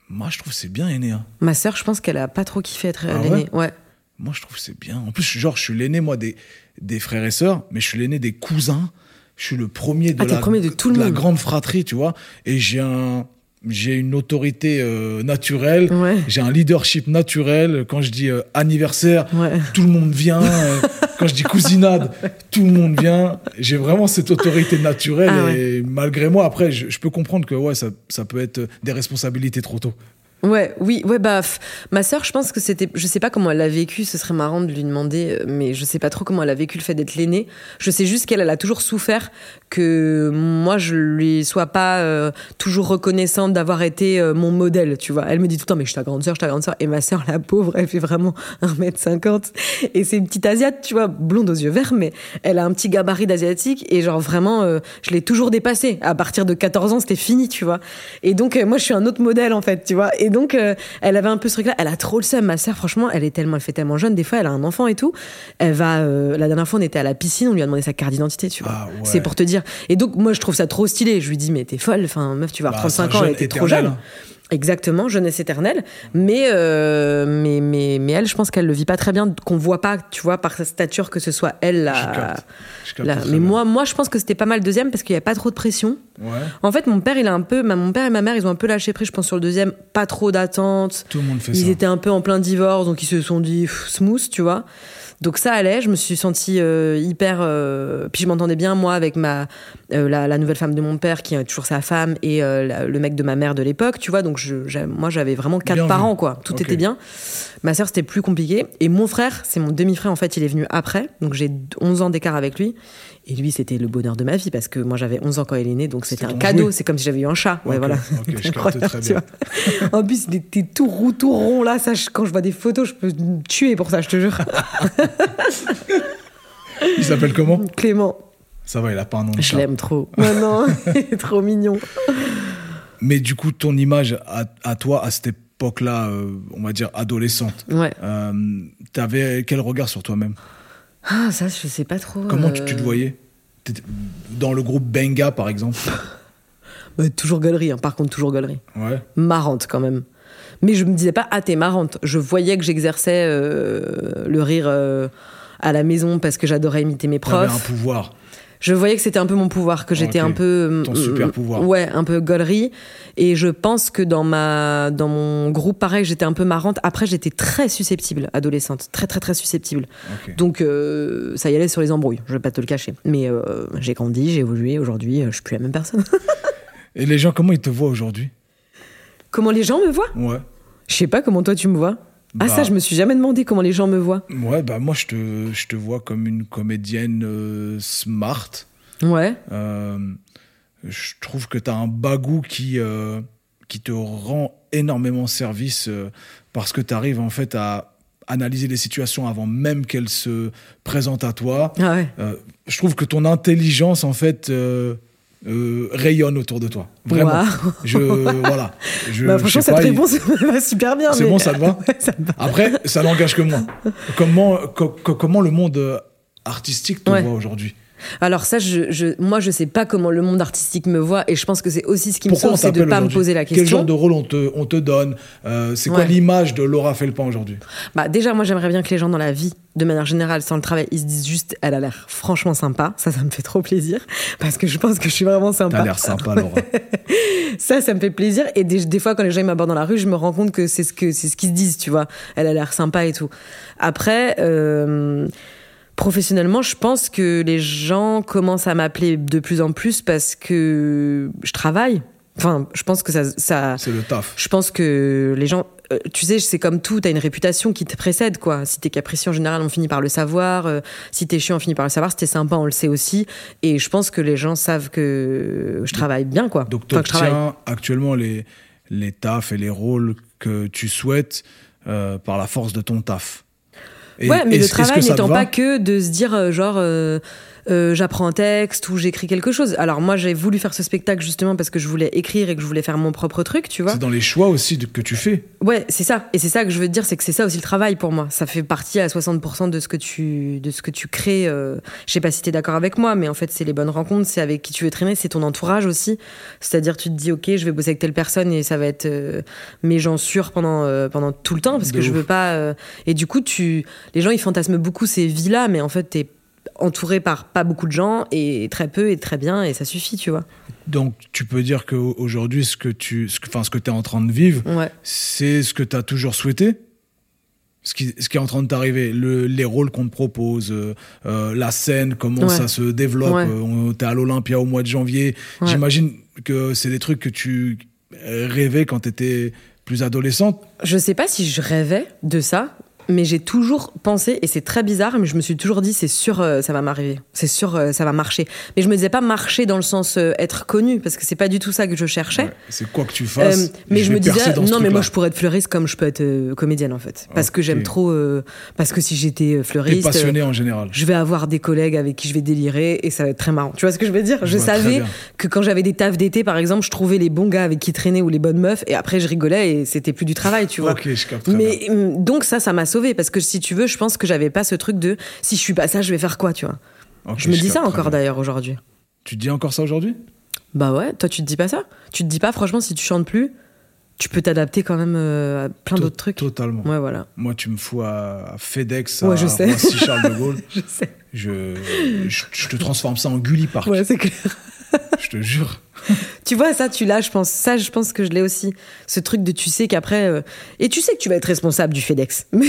Moi, je trouve que c'est bien aîné. hein.
Ma sœur, je pense qu'elle a pas trop kiffé être
Ah ouais
l'aînée. ouais.
Moi, je trouve que c'est bien. En plus, genre, je suis l'aîné, moi, des, des frères et sœurs, mais je suis l'aîné des cousins. Je suis le premier de,
Ah, t'es
la,
le premier de tout le
la
monde.
grande fratrie, tu vois. Et j'ai un. J'ai une autorité euh, naturelle,
Ouais.
j'ai un leadership naturel. Quand je dis euh, anniversaire,
Ouais.
tout le monde vient. Euh, Quand je dis cousinade, tout le monde vient. J'ai vraiment cette autorité naturelle
Ah
et malgré moi, après, je, je peux comprendre que ouais, ça, ça peut être des responsabilités trop tôt.
Ouais, oui, ouais, bah, pff, ma sœur, je pense que c'était, je sais pas comment elle l'a vécu, ce serait marrant de lui demander, euh, mais je sais pas trop comment elle a vécu le fait d'être l'aînée. Je sais juste qu'elle, elle a toujours souffert que moi, je lui sois pas euh, toujours reconnaissante d'avoir été euh, mon modèle, tu vois. Elle me dit tout le temps, mais je suis ta grande sœur, je suis ta grande sœur. Et ma sœur, la pauvre, elle fait vraiment 1m50. Et c'est une petite asiate, tu vois, blonde aux yeux verts, mais elle a un petit gabarit d'asiatique. Et genre, vraiment, euh, je l'ai toujours dépassée. À partir de 14 ans, c'était fini, tu vois. Et donc, euh, moi, je suis un autre modèle, en fait, tu vois. Et donc, euh, elle avait un peu ce truc-là. Elle a trop le seum, ma sœur. Franchement, elle est tellement, elle fait tellement jeune. Des fois, elle a un enfant et tout. Elle va, euh, la dernière fois, on était à la piscine, on lui a demandé sa carte d'identité, tu vois.
Ah ouais.
C'est pour te dire. Et donc, moi, je trouve ça trop stylé. Je lui dis, mais t'es folle. Enfin, meuf, tu vas avoir
Bah,
35
c'est un
ans, elle
jeune
était trop jeune.
éternel, hein.
Exactement, jeunesse éternelle. Mais, euh, mais, mais, mais elle, je pense qu'elle le vit pas très bien, qu'on voit pas, tu vois, par sa stature, que ce soit elle la.
Je capte. Je capte
la-
très
Ah, mais
bien.
moi, moi, je pense que c'était pas mal deuxième parce qu'il y a pas trop de pression.
Ouais.
En fait, mon père, il a un peu, ma- mon père et ma mère, ils ont un peu lâché prise, je pense, sur le deuxième. Pas trop d'attente.
Tout le monde fait
Ils
ça.
étaient un peu en plein divorce, donc ils se sont dit pff, smooth, tu vois. Donc ça allait, je me suis sentie euh, hyper. euh, Puis je m'entendais bien, moi, avec ma euh, la, la nouvelle femme de mon père, qui est toujours sa femme, et euh, la- le mec de ma mère de l'époque, tu vois. Donc je, j'a- moi, j'avais vraiment quatre
Bien vu.
parents, quoi. Tout
Ok.
était bien. Ma sœur, c'était plus compliqué. Et mon frère, c'est mon demi-frère, en fait, il est venu après. Donc j'ai 11 ans d'écart avec lui. Et lui, c'était le bonheur de ma vie, parce que moi, j'avais 11 ans quand il est né, donc c'était
C'était
un
ton
cadeau.
jouet.
C'est comme si j'avais eu un chat. Ouais,
Ok,
voilà.
ok, je
C'était
capte
incroyable,
très
tu
bien.
vois. En plus, il était tout roux, tout rond là. Ça, je- quand je vois des photos, je peux me tuer pour ça, je te jure.
Il s'appelle comment
Clément,
Ça va, il a pas un nom de
je
chat.
l'aime trop. Non, non, il est trop mignon.
Mais du coup, ton image à, à toi, à cette époque-là, euh, on va dire adolescente,
Ouais.
euh, t'avais quel regard sur toi-même
Ah, ça, je sais pas trop.
Comment
euh,
tu, tu te voyais T'étais Dans le groupe Benga, par exemple
bah, Toujours galerie, hein, par contre, toujours galerie.
Ouais.
Marrante quand même. Mais je me disais pas, ah, t'es marrante. Je voyais que j'exerçais euh, le rire euh, à la maison parce que j'adorais imiter mes
T'avais un
profs.
pouvoir.
Je voyais que c'était un peu mon pouvoir, que j'étais
Ok.
un peu.
Ton
mm,
super
mm,
pouvoir.
Ouais, un peu gaulerie. Et je pense que dans, ma, dans mon groupe, pareil, j'étais un peu marrante. Après, j'étais très susceptible, adolescente. Très, très, très susceptible.
Ok.
Donc, euh, ça y allait sur les embrouilles, je vais pas te le cacher. Mais euh, j'ai grandi, j'ai évolué. Aujourd'hui, euh, je suis plus la même personne.
Et les gens, comment ils te voient aujourd'hui
comment les gens me voient
Ouais.
Je sais pas comment toi tu me vois.
Bah.
Ah, ça, je me suis jamais demandé comment les gens me voient.
Ouais, bah moi, je te, je te vois comme une comédienne euh, smart.
Ouais.
Euh, je trouve que tu as un bagou qui, euh, qui te rend énormément service euh, parce que tu arrives en fait à analyser les situations avant même qu'elles se présentent à toi.
Ah ouais.
Euh, je trouve que ton intelligence en fait euh, euh, rayonne autour de toi. Vraiment.
Waouh.
Je, voilà. Je,
bah,
je
franchement,
sais
cette
pas, il-
réponse me va super bien.
C'est
mais-
bon, ça te va
Ouais, ça me va.
Après, ça n'engage que moi. Comment, co- co- comment le monde euh, artistique te
Ouais.
voit aujourd'hui
Alors ça, je, je, moi, je sais pas comment le monde artistique me voit, et je pense que c'est aussi ce qui me
Pourquoi
sauve,
on
c'est de
t'appelle
pas me
aujourd'hui
poser la
Quel genre
question.
de rôle on te, on te donne Euh, C'est quoi
Ouais.
l'image de Laura Felpin aujourd'hui
Bah déjà, moi, j'aimerais bien que les gens dans la vie, de manière générale, sans le travail, ils se disent juste, elle a l'air franchement sympa. Ça, ça me fait trop plaisir, parce que je pense que je suis vraiment
T'as
sympa.
l'air sympa, Laura.
Ça, ça me fait plaisir, et des, des fois, quand les gens ils m'abordent dans la rue, je me rends compte que c'est ce que c'est ce qu'ils se disent, tu vois. Elle a l'air sympa et tout. Après. Euh, Professionnellement, je pense que les gens commencent à m'appeler de plus en plus parce que je travaille. Enfin, je pense que ça, ça,
C'est le taf.
je pense que les gens. euh, Tu sais, c'est comme tout, t'as une réputation qui te précède, quoi. Si t'es capricieux, en général, on finit par le savoir. euh, si t'es chiant, on finit par le savoir. Si t'es sympa, on le sait aussi. Et je pense que les gens savent que je travaille bien, quoi.
Donc,
Enfin, que je travaille.
t'obtiens actuellement les, les tafs et les rôles que tu souhaites euh, par la force de ton taf. Et
ouais, mais
est-ce-
le
est-ce que
travail
ça te
n'étant
va
pas que de se dire, euh, genre, euh, euh, j'apprends un texte ou j'écris quelque chose. Alors, moi, j'ai voulu faire ce spectacle justement parce que je voulais écrire et que je voulais faire mon propre truc, tu vois.
C'est dans les choix aussi de- que tu fais.
Ouais, c'est ça. Et c'est ça que je veux te dire, c'est que c'est ça aussi le travail pour moi. Ça fait partie à 60% de ce que tu, de ce que tu crées. euh, je sais pas si t'es d'accord avec moi, mais en fait, c'est les bonnes rencontres, c'est avec qui tu veux traîner, c'est ton entourage aussi. C'est-à-dire, tu te dis, ok, je vais bosser avec telle personne et ça va être euh, mes gens sûrs pendant, euh, pendant tout le temps parce
De
que je
ouf.
veux pas. euh, Et du coup, tu, les gens, ils fantasment beaucoup ces vies-là, mais en fait, t'es entouré par pas beaucoup de gens et très peu et très bien et ça suffit, tu vois.
Donc, tu peux dire qu'aujourd'hui, ce que tu ce que, enfin, ce que es en train de vivre,
Ouais.
c'est ce que tu as toujours souhaité ce qui, ce qui est en train de t'arriver, le- les rôles qu'on te propose, euh, euh, la scène, comment
Ouais.
ça se développe.
Ouais.
euh, on- T'es à l'Olympia au mois de janvier.
Ouais.
J'imagine que c'est des trucs que tu rêvais quand t'étais plus adolescente.
Je sais pas si je rêvais de ça, mais j'ai toujours pensé, et c'est très bizarre, mais je me suis toujours dit, c'est sûr, euh, ça va m'arriver. C'est sûr, euh, ça va marcher. Mais je me disais pas marcher dans le sens euh, être connu, parce que c'est pas du tout ça que je cherchais.
Ouais, C'est quoi que tu
Euh,
fasses.
mais je
vais
me
percer
disais,
dans ce
non, mais
truc-là.
moi je pourrais être fleuriste comme je peux être euh, comédienne en fait. Parce que
Ok.
j'aime trop. euh, parce que si j'étais euh,
T'es
fleuriste. euh,
passionné en général.
je vais avoir des collègues avec qui je vais délirer et ça va être très marrant. Tu vois ce que je veux dire
Je
Je
vois très
savais
bien.
que quand j'avais des tafs d'été, par exemple, je trouvais les bons gars avec qui traîner ou les bonnes meufs et après je rigolais et c'était plus du travail, tu vois.
Ok, je capte très
Mais hum, donc ça, ça m'a sauvé parce que si tu veux, je pense que j'avais pas ce truc de si je suis pas ça, je vais faire quoi, tu vois.
Ok,
je me dis
capte
ça
très
encore
bien.
d'ailleurs aujourd'hui.
Tu te dis encore ça aujourd'hui
Bah ouais, toi tu te dis pas ça. Tu te dis pas franchement si tu chantes plus, tu peux t'adapter quand même euh, à plein
To-
d'autres trucs.
Totalement.
Ouais, voilà.
Moi, tu me fous à, à FedEx,
Ouais,
à
je sais.
Roissy Charles de Gaulle.
Je sais.
Je, je, je te transforme ça en Gulli Park.
Ouais, c'est clair.
Je te jure.
Tu vois, ça, tu l'as, je pense. Ça, je pense que je l'ai aussi. Ce truc de tu sais qu'après. euh, Et tu sais que tu vas être responsable du FedEx. Mais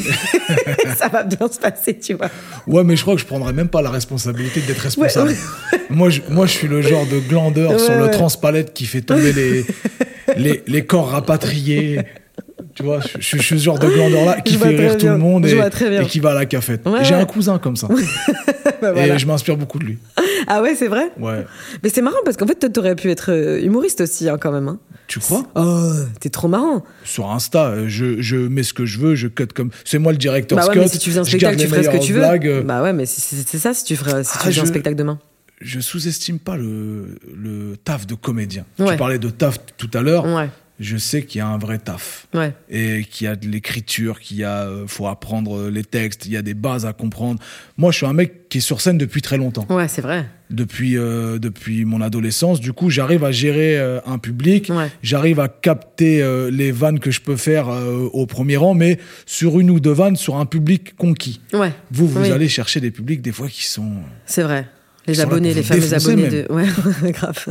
ça va bien se passer, tu vois.
Ouais, mais je crois que je prendrais même pas la responsabilité d'être
Ouais,
responsable. Moi, je, moi, je suis le genre de glandeur
Ouais,
sur le
ouais.
transpalette qui fait tomber les, les, les corps rapatriés. Tu vois, je, je suis ce genre de glandeur-là qui
Je vois
fait
très
rire tout
bien.
le monde
Je
et,
vois très bien.
et qui va à la cafette.
Ouais,
J'ai
ouais.
un cousin comme ça.
Bah, voilà.
Et je m'inspire beaucoup de lui.
Ah ouais, c'est vrai
Ouais.
Mais c'est marrant parce qu'en fait, toi, t'aurais pu être euh, humoriste aussi, hein, quand même. hein.
Tu crois
Oh, t'es trop marrant.
Sur Insta, euh, je, je mets ce que je veux, je cut comme. C'est moi le directeur
bah ouais,
Scott.
mais si tu faisais un
je garde
spectacle, tu
les
ferais ce que
meilleures
tu veux.
blagues, euh,
Bah ouais, mais c'est- c'est c'est ça si tu ferais, si
Ah,
tu faisais un
je-
spectacle demain.
Je sous-estime pas le, le taf de comédien.
Ouais.
Tu parlais de taf tout à l'heure.
Ouais,
Je sais qu'il y a un vrai taf.
ouais.
et qu'il y a de l'écriture, qu'il y a euh, faut apprendre euh, les textes, il y a des bases à comprendre. Moi, je suis un mec qui est sur scène depuis très longtemps,
Ouais, c'est vrai.
depuis euh, depuis mon adolescence. Du coup, j'arrive à gérer euh, un public,
Ouais.
j'arrive à capter euh, les vannes que je peux faire euh, au premier rang, mais sur une ou deux vannes sur un public conquis.
Ouais.
Vous, vous
Oui.
allez chercher des publics des fois qui sont.
C'est vrai.
Ils
Les
sont là
abonnés,
pour
les
vous
fameux
défoncer
abonnés
même.
de. Ouais, grave.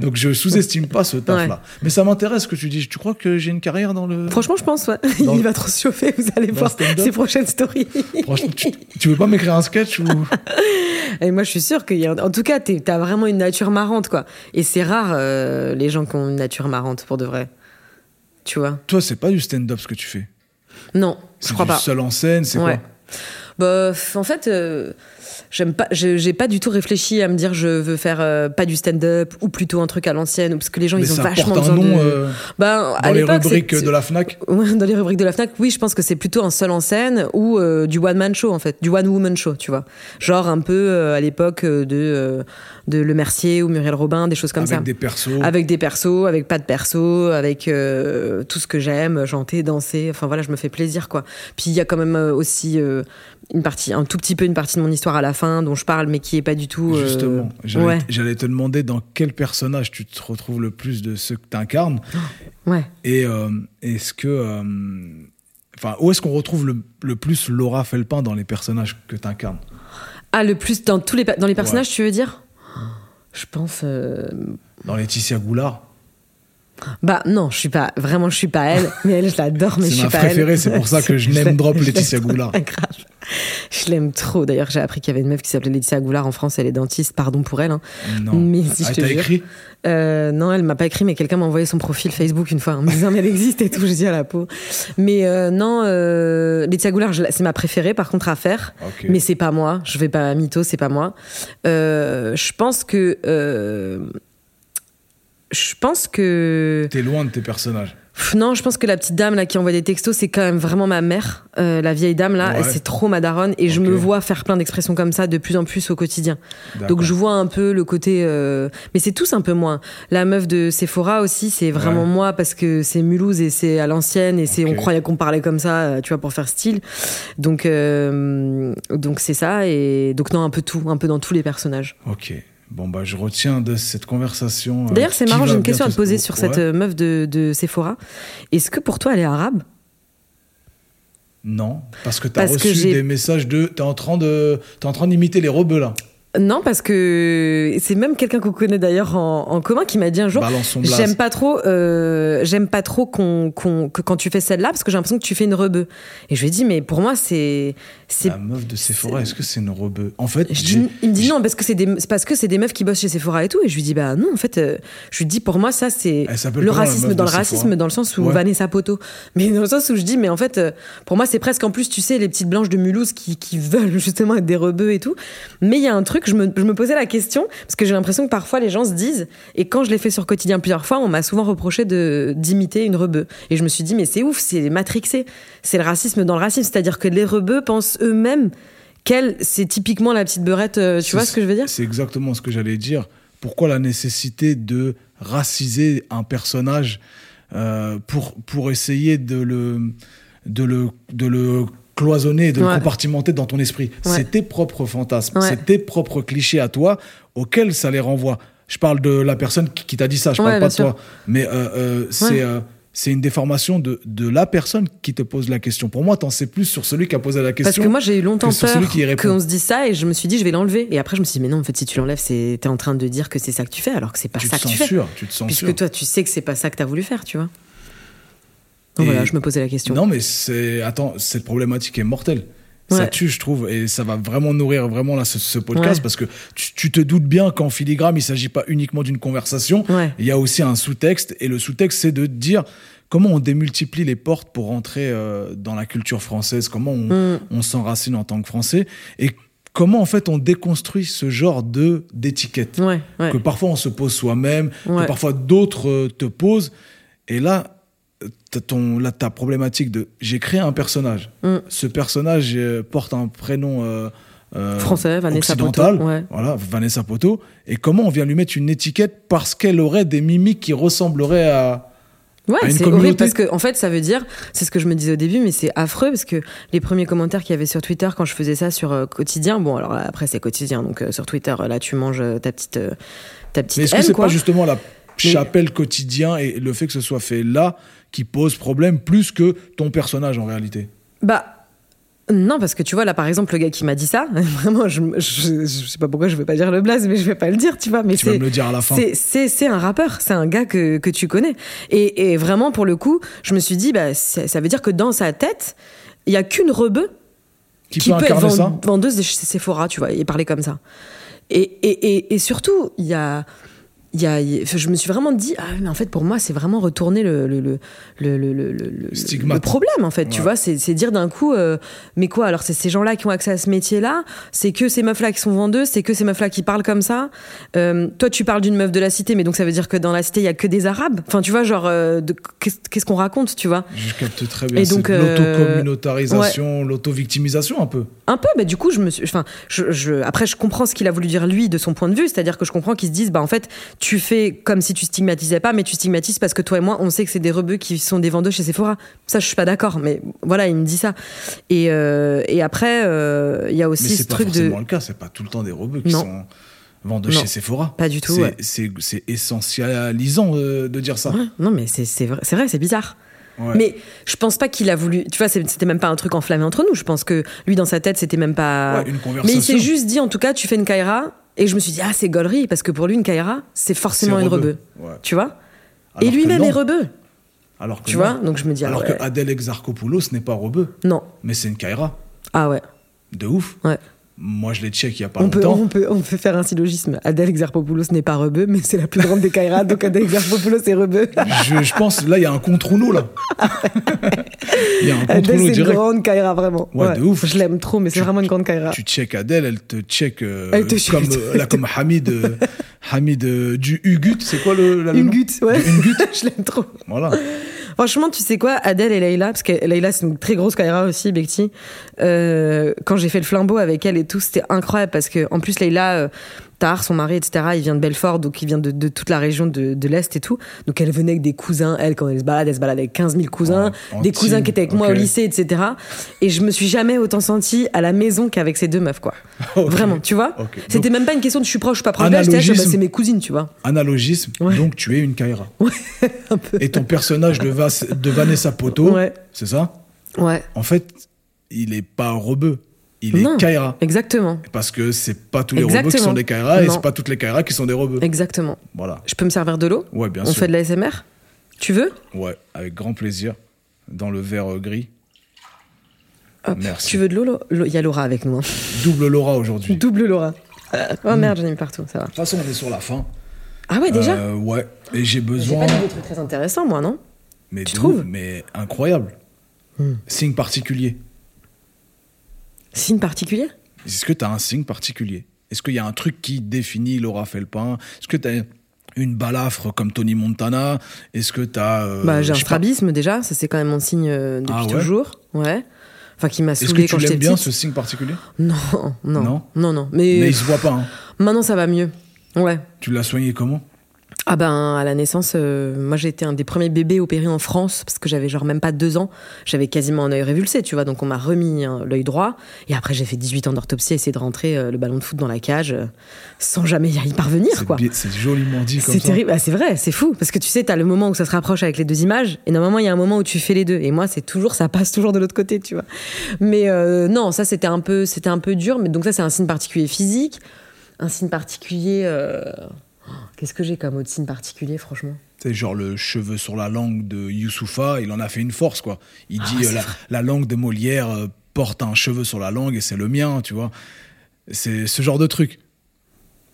Donc, je sous-estime pas ce taf-là. Mais ça m'intéresse ce que tu dis. Tu crois que j'ai une carrière dans le.
Franchement, je pense, ouais.
Dans-
Il va trop se chauffer, vous allez
Dans
voir
le stand-up
ses prochaines stories.
Franchement, tu, tu veux pas m'écrire un sketch ou.
Et moi, je suis sûre qu'il y a. En tout cas, t'es- t'as vraiment une nature marrante, quoi. Et c'est rare, euh, les gens qui ont une nature marrante, pour de vrai. Tu vois
Toi, c'est pas du stand-up ce que tu fais.
Non, je
C'est
crois
du
pas.
seul en scène, c'est
Ouais.
quoi
Bah, f- en fait, euh, j'aime pas, je- j'ai pas du tout réfléchi à me dire je veux faire euh, pas du stand-up ou plutôt un truc à l'ancienne, ou parce que les gens
Mais
ils ont
ça
vachement
porte un
besoin
nom
de.
euh,
Ben, à
dans les
l'époque, c'est-
rubriques de la FNAC.
Ouais, Dans les rubriques de la Fnac, oui, je pense que c'est plutôt un seul en scène ou euh, du one man show en fait, du one woman show, tu vois. Genre un peu euh, à l'époque euh, de euh, de Le Mercier ou Muriel Robin, des choses comme
avec
ça. Ah,
des persos.
Avec des persos, avec pas de persos, avec euh, tout ce que j'aime, chanter, danser. Enfin voilà, je me fais plaisir quoi. Puis il y a quand même euh, aussi euh, une partie, un tout petit peu une partie de mon histoire à la fin dont je parle, mais qui est pas du tout. euh,
Justement, j'allais
Ouais,
j'allais te demander dans quel personnage tu te retrouves le plus de ce que tu incarnes
ouais.
et euh, est-ce que. euh, Enfin, où est-ce qu'on retrouve le, le plus Laura Felpin dans les personnages que tu incarnes
Ah le plus dans tous les per- dans les personnages,
Ouais.
tu veux dire Je pense. euh,
Dans Laetitia Goulard
Bah non, je suis pas vraiment, je suis pas elle, mais elle je l'adore, mais je
C'est
suis
ma
pas
préférée,
elle.
c'est pour ça que je
l'aime
name drop Laetitia Goulard.
Grave. Je l'aime trop. D'ailleurs, j'ai appris qu'il y avait une meuf qui s'appelait Laetitia Goulard en France. Elle est dentiste, pardon pour elle. hein.
Non.
Mais si
ah,
je te
t'as
jure.
écrit
Euh, non, elle m'a pas écrit, mais quelqu'un m'a envoyé son profil Facebook une fois hein. en me disant mais elle existe et tout. Je dis à la peau. Mais euh, non, euh, Laetitia Goulard, je la- c'est ma préférée par contre à faire.
Ok.
Mais c'est pas moi, je vais pas mytho, c'est pas moi. Euh, je pense que. euh, je pense que.
T'es loin de tes personnages.
Pff, Non, je pense que la petite dame là qui envoie des textos, c'est quand même vraiment ma mère, euh, la vieille dame là,
Ouais.
et c'est trop ma daronne et je
Ok.
me vois faire plein d'expressions comme ça de plus en plus au quotidien.
D'accord.
Donc je vois un peu le côté, euh, mais c'est tous un peu moi. La meuf de Sephora aussi, c'est vraiment
Ouais.
moi parce que c'est Mulhouse et c'est à l'ancienne et c'est
Ok.
on croyait qu'on parlait comme ça, euh, tu vois, pour faire style. Donc euh, donc c'est ça et donc non un peu tout, un peu dans tous les personnages.
Ok. Bon, bah, je retiens de cette conversation. euh,
D'ailleurs c'est
qui
marrant,
va
j'ai une
bientôt
question à te
se-
poser sur
Ouais.
cette euh, meuf de, de Sephora. Est-ce que pour toi elle est arabe?
Non, parce que t'as
Parce que
reçu
j'ai-
des messages de t'es en train de t'es en train d'imiter les hein. rebeux là.
Non, parce que c'est même quelqu'un qu'on connaît d'ailleurs en, en commun qui m'a dit un jour.
Balance son blaze.
J'aime pas trop, euh, j'aime pas trop qu'on, qu'on- que quand tu fais celle-là parce que j'ai l'impression que tu fais une rebeu. Et je lui ai dit mais pour moi c'est, c'est.
La meuf de Sephora, est-ce que c'est une rebeu En fait,
Je
Bah, j'ai-
dis- il me dit
j'ai-
non parce que c'est des, c'est parce que c'est des meufs qui bossent chez Sephora et tout. Et je lui dis bah non en fait, euh, je lui dis pour moi ça c'est
Elle s'appelle
le
comment, la
racisme
meuf
dans
de
le
Sephora
racisme dans le sens où
Ouais.
Vanessa Poto, mais dans le sens où je dis mais en fait euh, pour moi c'est presque en plus tu sais les petites blanches de Mulhouse qui, qui veulent justement être des rebeux et tout. Mais il y a un truc je me, je me posais la question parce que j'ai l'impression que parfois les gens se disent et quand je l'ai fait sur quotidien plusieurs fois on m'a souvent reproché de d'imiter une rebeu et je me suis dit mais c'est ouf c'est matrixé c'est le racisme dans le racisme c'est-à-dire que les rebeux pensent eux-mêmes qu'elle c'est typiquement la petite beurette euh, tu vois
c'est-
ce que je veux dire
C'est exactement ce que j'allais dire. Pourquoi la nécessité de raciser un personnage euh, pour pour essayer de le de le de le cloisonner, de
Ouais.
le compartimenter dans ton esprit.
Ouais.
C'est tes propres fantasmes,
Ouais.
c'est tes propres clichés à toi auxquels ça les renvoie. Je parle de la personne qui, qui t'a dit ça, je
Ouais,
parle
bien
pas de
sûr.
toi. Mais euh, euh, c'est euh, c'est une déformation de, de la personne qui te pose la question. Pour moi, t'en sais plus sur celui qui a posé la question.
Parce que moi, j'ai eu longtemps
que sur
peur
celui qui y répond.
qu'on se dise ça et je me suis dit, je vais l'enlever. Et après, je me suis dit, mais non, en fait, si tu l'enlèves, c'est- t'es en train de dire que c'est ça que tu fais alors que c'est pas
tu te
ça que tu fais.
censures, tu te censures.
Puisque toi, tu sais que c'est pas ça que t'as voulu faire, tu vois. Donc
Et-
voilà, je me posais la question.
Non, mais c'est. Attends, cette problématique est mortelle. Ça
Ouais.
tue, je trouve, et ça va vraiment nourrir vraiment là, ce, ce podcast
Ouais.
parce que tu, tu te doutes bien qu'en filigrane, il s'agit pas uniquement d'une conversation.
Ouais.
Il y a aussi un sous-texte, et le sous-texte, c'est de dire comment on démultiplie les portes pour rentrer euh, dans la culture française, comment on,
Mm.
on s'enracine en tant que Français, et comment en fait on déconstruit ce genre de d'étiquette
Ouais, ouais.
que parfois on se pose soi-même,
Ouais.
que parfois d'autres euh, te posent. Et là, euh, t'as ton, là, ta problématique de j'ai créé un personnage.
Mm.
Ce personnage euh, porte un prénom euh, euh,
Français, Vanessa Poto.
occidental.
Ouais.
Voilà, Vanessa Poto. Et comment on vient lui mettre une étiquette parce qu'elle aurait des mimiques qui ressembleraient à.
Ouais,
à une
c'est
communauté.
horrible parce que en fait ça veut dire, c'est ce que je me disais au début, mais c'est affreux parce que les premiers commentaires qu'il y avait sur Twitter quand je faisais ça sur euh, quotidien, bon alors là, après c'est quotidien donc euh, sur Twitter euh, là tu manges euh, ta petite euh, ta petite
Mais est-ce que
haine,
c'est
quoi.
pas justement la chapelle quotidien et le fait que ce soit fait là qui pose problème plus que ton personnage en réalité
Bah non, parce que tu vois, là par exemple, le gars qui m'a dit ça, vraiment, je, je, je sais pas pourquoi je veux pas dire le blaze, mais je vais pas le dire, tu vois. Mais
Tu vas
c'est-
me le dire à la fin.
c'est- C'est c'est un rappeur, c'est un gars que, que tu connais. Et, et vraiment, pour le coup, je me suis dit, bah, ça ça veut dire que dans sa tête, il y a qu'une rebeu
Qui, peut incarner
vend-
ça
vendeuse de chez Sephora, tu vois, et parler comme ça. Et, et, et, et surtout, il y a, il y a- il y a- enfin, je me suis vraiment dit, ah, mais en fait, pour moi, c'est vraiment retourner le, le, le, le, le, le- le- le-
Stigmate.
le problème, en fait, tu
Ouais.
vois, c'est c'est dire d'un coup, euh, mais quoi, alors c'est ces gens-là qui ont accès à ce métier-là, c'est que ces meufs-là qui sont vendeuses, c'est que ces meufs-là qui parlent comme ça. Euh, toi, tu parles d'une meuf de la cité, mais donc ça veut dire que dans la cité, il y a que des Arabes. Enfin, tu vois, genre, euh, de- qu'est-ce qu'est-ce qu'on raconte, tu vois
Je capte très bien.
Et
C'est
donc,
de
euh,
l'auto-communautarisation, l'auto-victimisation un peu.
Un peu, bah du coup, je me suis, enfin, je, je- après, je comprends ce qu'il a voulu dire lui de son point de vue, c'est-à-dire que je comprends qu'il se dise, bah en fait, tu fais comme si tu stigmatisais pas, mais tu stigmatises parce que toi et moi, on sait que c'est des rebeux qui sont des vendeurs chez Sephora. Ça, je suis pas d'accord, mais voilà, il me dit ça. Et, euh, et après, euh, il y a
Mais
aussi ce
c'est pas
truc de.
forcément le cas. C'est pas tout le temps des robots qui
Non.
sont vendus
Non.
chez Sephora.
Pas du tout,
C'est-
ouais.
C'est c'est essentialisant euh, de dire ça.
Ouais, non, mais c'est c'est vrai, c'est vrai, c'est bizarre.
Ouais.
Mais je pense pas qu'il a voulu. Tu vois, c'est- c'était même pas un truc enflammé entre nous. Je pense que lui, dans sa tête, c'était même pas.
Ouais, une
Mais
conversation.
il s'est juste dit, en tout cas, tu fais une Kaira. Et je me suis dit, ah, c'est gaulerie, parce que pour lui, une Kaira, c'est
c'est
forcément une rebeu.
rebeu. Ouais.
Tu vois
Alors
Et
que
lui-même
non.
est rebeu.
Alors que
Tu
non.
vois Donc je me dis, ah
Alors
ouais.
que Adèle Exarchopoulos n'est pas rebeu,
Non.
mais c'est une Kaira.
Ah ouais.
De ouf.
ouais.
Moi, je l'ai check il y a pas
On, peut,
longtemps.
on, peut, on peut faire un syllogisme. Adèle Exarchopoulos n'est pas rebeu, mais c'est la plus grande des Kairas, donc Adèle Exarchopoulos est rebeu.
Je, je pense, là, il y a un contre nous là. Il y a un contre
Ah Adèle,
nous
c'est une
direct.
grande Kaira, vraiment.
Ouais, de ouf.
Je l'aime trop, mais c'est
Tu-
vraiment une grande Kaira.
tu check Adèle, elle te check euh,
Ah. Elle te check.
comme euh, là comme Hamid euh, Hamid euh, du Hugut, c'est quoi le la- le
Une
nom
goutte, ouais.
Du Ungut.
je l'aime trop.
Voilà.
Franchement, tu sais quoi, Adèle et Leïla, parce que Leïla, c'est une très grosse Kaira aussi, Bekti. euh, quand j'ai fait le flambeau avec elle et tout, c'était incroyable parce que, en plus, Leïla, euh, Tahar, son mari, etc., il vient de Belfort, donc il vient de, de toute la région de, de l'Est et tout. Donc elle venait avec des cousins, elle, quand elle se balade, elle se balade avec 15 000 cousins,
En- en
des cousins
team,
qui étaient avec moi au
Oh, ok.
lycée, etc. Et je me suis jamais autant sentie à la maison qu'avec ces deux meufs, quoi.
Ok.
Vraiment, tu vois
Ok. Donc-
C'était même pas une question de je suis proche ou pas proche d'elle, j'étais là, genre, bah,
Analogisme.
c'est mes cousines, tu vois.
Analogisme.
Ouais.
Donc tu es une Kaira.
Un peu.
Et ton personnage de, Vas- de Vanessa Poto,
Ouais.
c'est ça
Ouais.
En fait, il est pas rebeu, il est
Non.
Kaira.
Exactement.
Parce que c'est pas tous les rebeux qui
Exactement.
sont des Kaira et
Non.
c'est pas toutes les Kaira qui sont des rebeux.
Exactement.
Voilà.
Je peux me servir de l'eau
Ouais, bien
On
sûr.
fait de la SMR Tu veux
Ouais, avec grand plaisir. Dans le verre euh, gris.
Hop.
Merci.
Tu veux de l'eau Lo- Lo- Il y a Laura avec nous. hein.
Double Laura aujourd'hui. De
Double Laura. Oh merde, j'en ai mis partout, ça va.
toute façon, on est sur la fin.
Ah ouais, déjà
Euh, Ouais. Et j'ai
J'ai
besoin.
pas dit des trucs très intéressants, moi, non
Mais
Tu
de
trouves
ouf, Mais incroyable. Signe particulier.
Signe particulier
Est-ce que tu as un signe particulier Est-ce qu'il y a un truc qui définit Laura Felpin Est-ce que tu as une balafre comme Tony Montana Est-ce que euh, tu as.
Bah, j'ai un strabisme déjà, ça c'est quand même mon signe euh, depuis
Ah ouais
toujours. Ouais. Enfin, qui m'a
Est-ce que
saoulé
tu
quand j'étais
l'aimes bien
petite.
ce signe particulier
Non, non,
Non
non, non.
Mais
Mais
il se voit pas. hein.
maintenant ça va mieux. Ouais.
Tu l'as soigné comment
Ah ben à la naissance, euh, moi j'ai été un des premiers bébés opérés en France parce que j'avais genre même pas deux ans, j'avais quasiment un œil révulsé, tu vois, donc on m'a remis hein, l'œil droit et après j'ai fait 18 ans d'orthopsie, essayer de rentrer euh, le ballon de foot dans la cage euh, sans jamais y parvenir
C'est
quoi.
bi- C'est joliment dit comme
C'est
ça.
terrible, Ah, c'est vrai, c'est fou parce que tu sais, t'as le moment où ça se rapproche avec les deux images et normalement il y a un moment où tu fais les deux et moi c'est toujours ça passe toujours de l'autre côté, tu vois. Mais euh, non, ça c'était un peu c'était un peu dur, mais donc ça c'est un signe particulier physique, un signe particulier. euh, oh, Qu'est-ce que j'ai comme autre signe particulier franchement?
C'est genre le cheveu sur la langue de Youssoufa, il en a fait une force, quoi. Il
Ah,
dit euh,
c'est
la,
vrai.
la langue de Molière euh, porte un cheveu sur la langue et c'est le mien, tu vois. C'est ce genre de truc.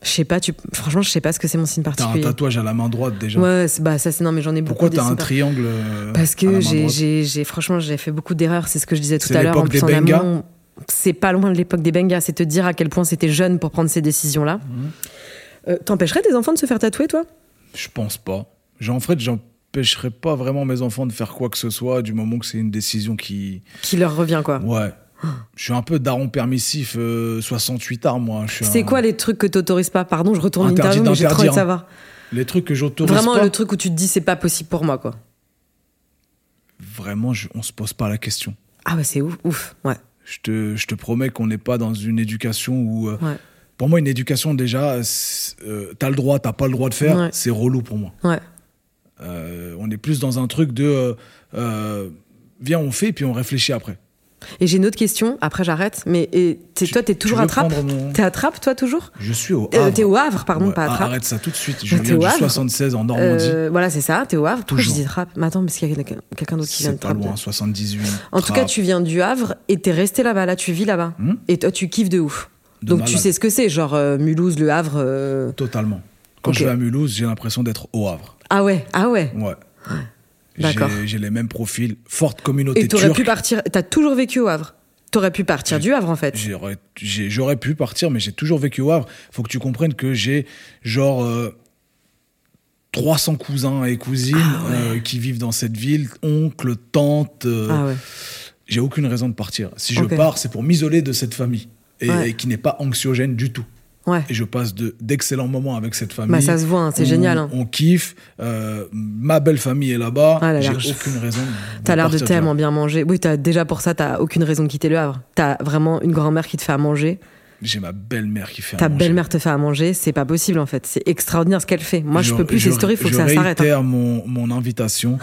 Je sais pas, tu... franchement, je sais pas ce que c'est mon signe
T'as un
particulier.
tatouage à la main droite déjà.
ouais, c'est- bah ça c'est non, mais j'en ai beaucoup.
Pourquoi
des
t'as un
signes par-
triangle euh,
Parce
à la
que
main
j'ai,
droite
j'ai, j'ai- franchement, j'ai fait beaucoup d'erreurs. C'est ce que je disais tout
C'est
à l'heure en
l'époque des
poussant la
Bengas
main. C'est pas loin de l'époque des Bengas. C'est te dire à quel point c'était jeune pour prendre ces décisions-là.
Mhm.
Euh, t'empêcherais tes enfants de se faire tatouer, toi
Je pense pas. J'en- En fait, j'empêcherai pas vraiment mes enfants de faire quoi que ce soit du moment que c'est une décision qui.
Qui leur revient, quoi.
Ouais. Je suis un peu daron permissif, euh, 68 ans, moi. Je suis
C'est
un-
quoi les trucs que t'autorises pas Pardon, je retourne
Interdit
l'interview, mais j'ai trop envie
d'interdire,
de savoir.
les trucs que j'autorise
Vraiment,
pas
le truc où tu te dis c'est pas possible pour moi, quoi.
Vraiment, je- on se pose pas la question.
Ah ouais, c'est ouf, ouf, ouais.
Je te, je te promets qu'on n'est pas dans une éducation où. euh,
Ouais.
Pour moi, une éducation, déjà, c'est, euh, t'as le droit, t'as pas le droit de faire,
Ouais.
c'est relou pour moi.
Ouais,
Euh, on est plus dans un truc de. euh, euh, viens, on fait, puis on réfléchit après.
et j'ai une autre question, après j'arrête, mais et t'es-
Tu-
toi t'es
tu
toujours
veux
à Trappes
prendre mon-
T'es à Trappes toi toujours
Je suis au
Euh,
Havre.
T'es au Havre, pardon,
Ouais,
pas à
ah,
Trappes.
Arrête ça tout de suite. Je
Mais t'es
viens
au
du
Havre
76 en Normandie.
Euh, voilà, c'est ça, t'es au Havre. Pourquoi je
Toujours.
dis Trappes Mais attends, parce qu'il y a quelqu'un quelqu'un d'autre qui vient de
c'est pas
Trappes.
loin, 78.
En tout cas, tu viens du Havre et t'es resté là-bas, là tu vis là-bas.
Hmm.
Et toi tu kiffes de ouf.
De
Donc tu
malade.
sais ce que c'est, genre euh, Mulhouse, le Havre. euh,
Totalement. Quand
Ok.
je vais à Mulhouse, j'ai l'impression d'être au Havre.
Ah ouais, ah ouais.
Ouais.
D'accord.
J'ai- J'ai les mêmes profils. Forte communauté
Et t'aurais
turque.
pu partir, t'as toujours vécu au Havre. T'aurais pu partir
J'ai-
du Havre en fait.
J'aurais j'ai- j'aurais pu partir, mais j'ai toujours vécu au Havre. Faut que tu comprennes que j'ai genre euh, 300 cousins et cousines
Ah ouais.
euh, qui vivent dans cette ville, oncles, tantes. euh,
Ah ouais.
J'ai aucune raison de partir. Si je
Ok.
pars, c'est pour m'isoler de cette famille et,
Ouais.
et qui n'est pas anxiogène du tout.
Ouais.
Et je passe de- d'excellents moments avec cette famille.
Bah, ça se voit, hein, c'est
On-
génial, hein.
On kiffe. euh, ma belle famille est là-bas.
Ah, elle a
J'ai
l'air-
aucune raison. de
T'as l'air de
partir, tu
tellement
vois.
bien manger. Oui, t'as déjà pour ça, t'as aucune raison de quitter le Havre. T'as vraiment une grand-mère qui te fait à manger.
J'ai ma belle-mère qui fait à
Ta
manger.
belle-mère te fait à manger. C'est pas possible en fait. C'est extraordinaire ce qu'elle fait. Moi, je, peux plus. Ces stories, faut que
je
ça s'arrête. hein.
réitère mon, mon invitation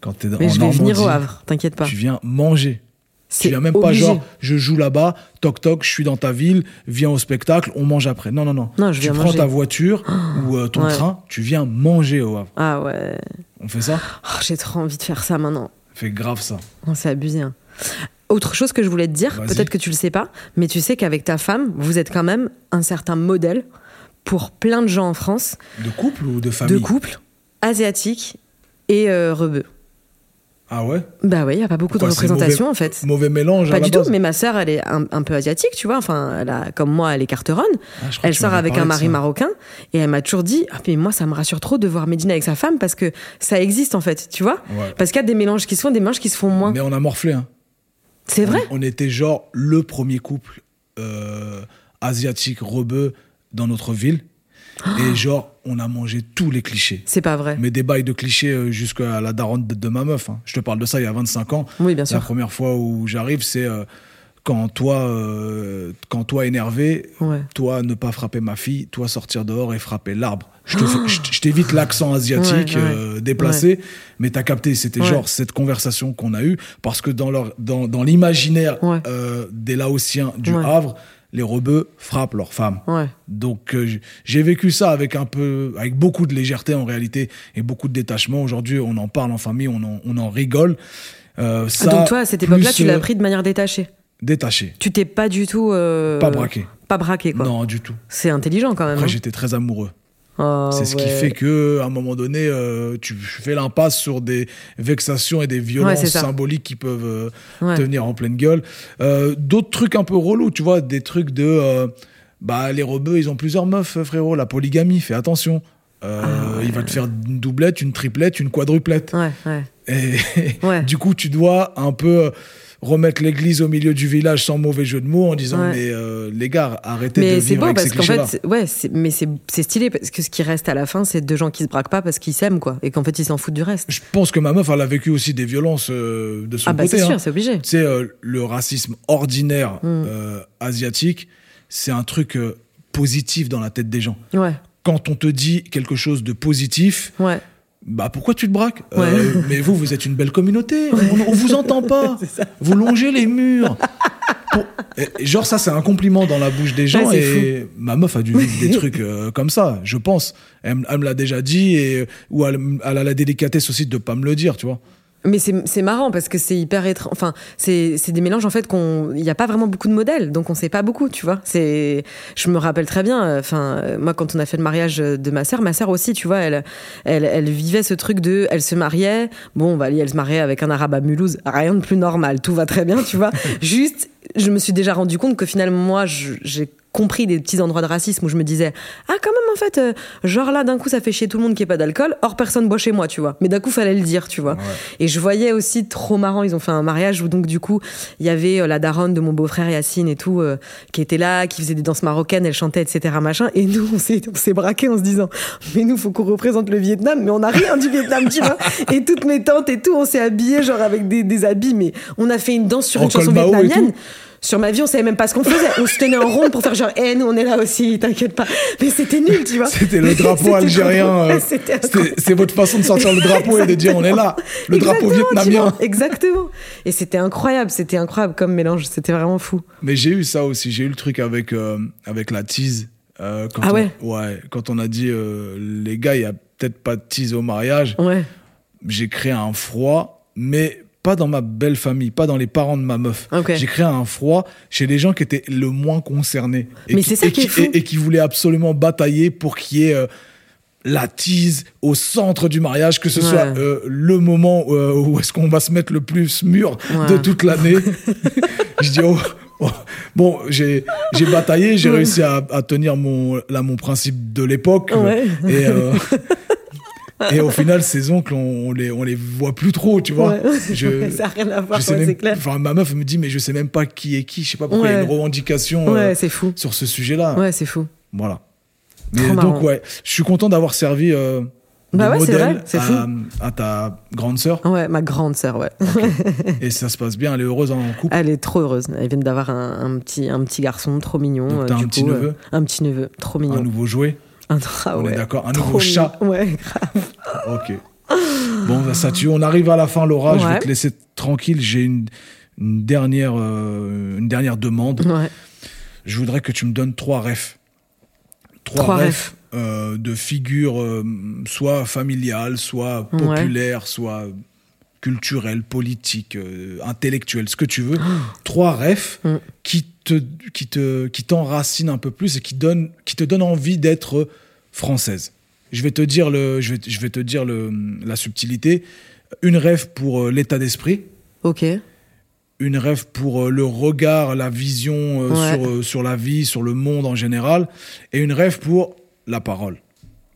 quand t'es en
Mais je vais
Normandie.
venir au Havre. T'inquiète pas.
Tu viens manger. Tu
C'est
viens même
obligé.
pas genre, je joue là-bas, toc toc, je suis dans ta ville, viens au spectacle, on mange après. Non, non, non.
Non, je
tu
viens
prends
manger.
ta voiture ou euh, ton
ouais.
train, tu viens manger au Havre.
Ah ouais.
On fait ça
Oh, J'ai trop envie de faire ça maintenant.
Fait grave ça.
On s'est abusé. hein. Autre chose que je voulais te dire,
Vas-y.
peut-être que tu le sais pas, mais tu sais qu'avec ta femme, vous êtes quand même un certain modèle pour plein de gens en France,
De couple ou de famille
de couples asiatiques et euh, rebeux.
Ah ouais
Bah oui, il y a pas beaucoup
Pourquoi,
de
c'est
représentation en fait.
Mauvais mélange à
Pas
la
du tout,
base
mais ma sœur, elle est un, un peu asiatique, tu vois. Enfin, elle a, comme moi, elle est carteronne.
Ah, je crois
Elle
que tu
sort
m'avais
avec
parlé
un
de
mari
ça.
marocain et elle m'a toujours dit Ah, mais moi, ça me rassure trop de voir Medina avec sa femme parce que ça existe en fait, tu vois.
Ouais.
Parce qu'il y a des mélanges qui se font, des mélanges qui se font moins.
Mais on a morflé. Hein.
C'est vrai
on, on était genre le premier couple euh, asiatique rebeu dans notre ville.
Ah.
Et genre, on a mangé tous les clichés.
C'est pas vrai.
Mais des bails de clichés euh, jusqu'à la daronne de, de ma meuf. hein. Je te parle de ça il y a 25 ans.
Oui, bien
La
sûr.
première fois où j'arrive, c'est euh, quand toi, euh, quand toi énervé,
Ouais.
toi ne pas frapper ma fille, toi sortir dehors et frapper l'arbre. Je te fais- je t- je t'évite l'accent asiatique
Ouais, ouais.
euh, déplacé, mais t'as capté. C'était
Ouais.
genre cette conversation qu'on a eue parce que dans leur, dans, dans l'imaginaire
Ouais.
euh, des Laotiens du
Ouais.
Havre, les rebeux frappent leurs femmes.
Ouais.
Donc euh, j- j'ai vécu ça avec un peu, avec beaucoup de légèreté en réalité et beaucoup de détachement. Aujourd'hui, on en parle en famille, on en, on en rigole. Euh,
Ah,
ça,
Donc toi, à cette
plus,
époque-là, tu l'as
euh,
pris de manière détachée.
détaché,
Tu t'es pas du tout. euh,
pas braqué.
Pas braqué, quoi. Ah
Non, du tout.
C'est intelligent quand même.
Après,
hein.
j'étais très amoureux.
Oh,
C'est ce qui
ouais.
fait que, à un moment donné, euh, tu fais l'impasse sur des vexations et des violences
c'est ça.
symboliques qui peuvent euh,
Ouais.
te venir en pleine gueule. Euh, D'autres trucs un peu relous, tu vois, des trucs de, euh, bah, les rebeux, ils ont plusieurs meufs, euh, frérot. La polygamie, fais attention. Euh,
Ah
Il va te faire une doublette, une triplette, une quadruplette.
Ouais, ouais.
Et
Ouais.
du coup, tu dois un peu euh, remettre l'église au milieu du village sans mauvais jeu de mots en disant
Ouais.
mais euh, les gars, arrêtez
Mais
de
c'est
vivre
beau
avec
parce
ces
qu'en
clichés-là.
fait, c'est- ouais, c'est- mais c'est c'est stylé parce que ce qui reste à la fin, c'est deux gens qui se braquent pas parce qu'ils s'aiment, quoi. Et qu'en fait, ils s'en foutent du reste.
Je pense que ma meuf, elle a vécu aussi des violences euh, de son
Ah, bah,
côté.
c'est
hein.
sûr, Hmm. c'est obligé.
Tu sais, euh, le racisme ordinaire euh, asiatique, c'est un truc euh, positif dans la tête des gens.
Ouais,
Quand on te dit quelque chose de positif,
ouais.
bah pourquoi tu te braques Euh, Mais vous, vous êtes une belle communauté. On, on vous entend pas. vous longez les murs. Pour- eh, et- et Genre ça, c'est un compliment dans la bouche des gens.
Ouais, c'est
et ma meuf a dû vivre des trucs euh, comme ça, je pense. Elle, me- elle me l'a déjà dit et ou elle, elle a la délicatesse aussi de pas me le dire, tu vois.
Mais c'est c'est marrant parce que c'est hyper étrange. Enfin, c'est c'est des mélanges en fait qu'on. Il n'y a pas vraiment beaucoup de modèles, donc on sait pas beaucoup, tu vois. C'est. Je me rappelle très bien. euh, Enfin, euh, moi, quand on a fait le mariage euh, de ma sœur, ma sœur aussi, tu vois, elle, elle, elle vivait ce truc de. Elle se mariait. Bon, bah, elle se mariait avec un arabe à Mulhouse. Rien de plus normal. Tout va très bien, tu vois. Juste, je me suis déjà rendu compte que finalement, moi, je- j'ai compris des petits endroits de racisme où je me disais ah quand même en fait euh, genre là d'un coup ça fait chier tout le monde qui est pas d'alcool or personne boit chez moi tu vois mais d'un coup fallait le dire tu vois et je voyais aussi trop marrant ils ont fait un mariage où donc du coup il y avait euh, la daronne de mon beau-frère Yacine et tout euh, qui était là qui faisait des danses marocaines elle chantait etc machin et nous on s'est on s'est braqué en se disant mais nous faut qu'on représente le Vietnam mais on a rien du Vietnam tu vois et toutes mes tantes et tout on s'est habillés genre avec des, des habits mais on a fait une danse sur
En
une chanson
col Mao et
vietnamienne
tout
sur ma vie, on savait même pas ce qu'on faisait. On se tenait en ronde pour faire genre, eh, nous, on est là aussi, t'inquiète pas. Mais c'était nul, tu vois.
C'était le drapeau
C'était
algérien.
contre-
euh,
C'était
c'était- C'est votre façon de sortir le drapeau et de dire on est là. Le drapeau
Exactement, tu
vietnamien.
vois. Exactement. Et c'était incroyable, c'était incroyable comme mélange, c'était vraiment fou.
Mais j'ai eu ça aussi. J'ai eu le truc avec, euh, avec la tease. euh, quand
Ah
on-
ouais
Quand on a dit, euh, les gars, il n'y a peut-être pas de tease au mariage,
Ouais.
j'ai créé un froid, mais pas dans ma belle famille, pas dans les parents de ma meuf.
Ok.
J'ai créé un froid chez les gens qui étaient le moins concernés. Et
Mais c'est ça
et
qui est fou.
Et, et qui voulaient absolument batailler pour qu'il y ait... euh, la tease au centre du mariage, que ce
Ouais.
soit euh, le moment euh, où est-ce qu'on va se mettre le plus mûr de
Ouais.
toute l'année. je dis, oh, oh. bon, j'ai j'ai bataillé, j'ai réussi à, à tenir mon, là, mon principe de l'époque.
Ouais.
Et, euh, et au final, ces oncles, on, on les, on les voit plus trop, tu vois.
Ouais. Ouais, ça a rien à voir,
je sais
ouais,
même-
c'est clair.
Enfin, ma meuf me dit, mais je sais même pas qui est qui. Je sais pas pourquoi il y a
Ouais.
une revendication euh,
Ouais, c'est fou.
sur ce sujet-là.
Ouais, c'est fou.
Voilà.
Trop
Mais donc,
marrant.
ouais, je suis content d'avoir servi euh,
Bah
de
ouais, c'est
modèle
vrai, c'est
à, à ta grande sœur.
Ouais, ma grande sœur, ouais.
et ça se passe bien, elle est heureuse hein, en couple.
Elle est trop heureuse. Elle vient d'avoir un, un petit, un petit garçon trop mignon.
Donc t'as
du
un petit
coup,
neveu
euh, Un petit neveu, trop
Un
mignon.
nouveau jouet.
Un, ah
On est
ouais,
d'accord, un
trop
nouveau
mignon.
chat.
Ouais,
Ok. Bon, bah, ça tue. On arrive à la fin, Laura. Je vais
Ouais.
te laisser tranquille. J'ai une, une dernière, euh, une dernière demande.
ouais.
Je voudrais que tu me donnes trois refs. Trois,
Trois
refs euh, de figures, euh, soit familiales, soit
Ouais.
populaires, soit culturelles, politiques, euh, intellectuelles, ce que tu veux. Trois refs
Mm.
qui te, qui te, qui t'enracinent un peu plus et qui donnent, qui te donnent envie d'être française. Je vais te dire le, je vais, je vais te dire le, la subtilité. Une rêve pour euh, l'état d'esprit
Ok.
une rêve pour euh, le regard, la vision euh,
Ouais.
sur, euh, sur la vie, sur le monde en général, et une rêve pour la parole.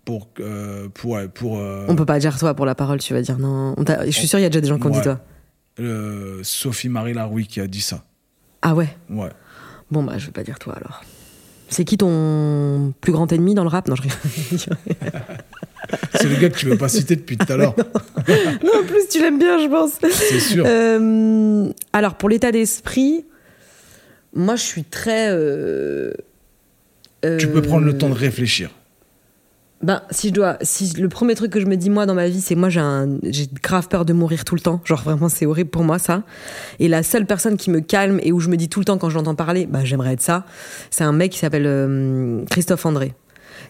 Pour, euh, pour, ouais, pour euh,
On peut pas dire toi pour la parole, tu vas dire non. On t'a- Je suis sûre, il y a déjà des gens qui ont
Ouais.
dit toi.
euh, Sophie-Marie Laroui qui a dit ça.
Ah ouais
Ouais.
Bon, bah, je vais pas dire toi alors. C'est qui ton plus grand ennemi dans le rap Non, je rigole.
C'est le gars que tu veux pas citer depuis tout à l'heure,
Non, en plus, tu l'aimes bien, je pense.
c'est sûr.
Euh, alors, pour l'état d'esprit, moi, je suis très. euh,
tu peux
euh,
prendre le temps de réfléchir.
Ben, si je dois, si le premier truc que je me dis moi dans ma vie, c'est moi j'ai un, j'ai grave peur de mourir tout le temps. Genre vraiment, c'est horrible pour moi ça. Et la seule personne qui me calme et où je me dis tout le temps quand je l'entends parler, bah j'aimerais être ça. C'est un mec qui s'appelle euh, Christophe André.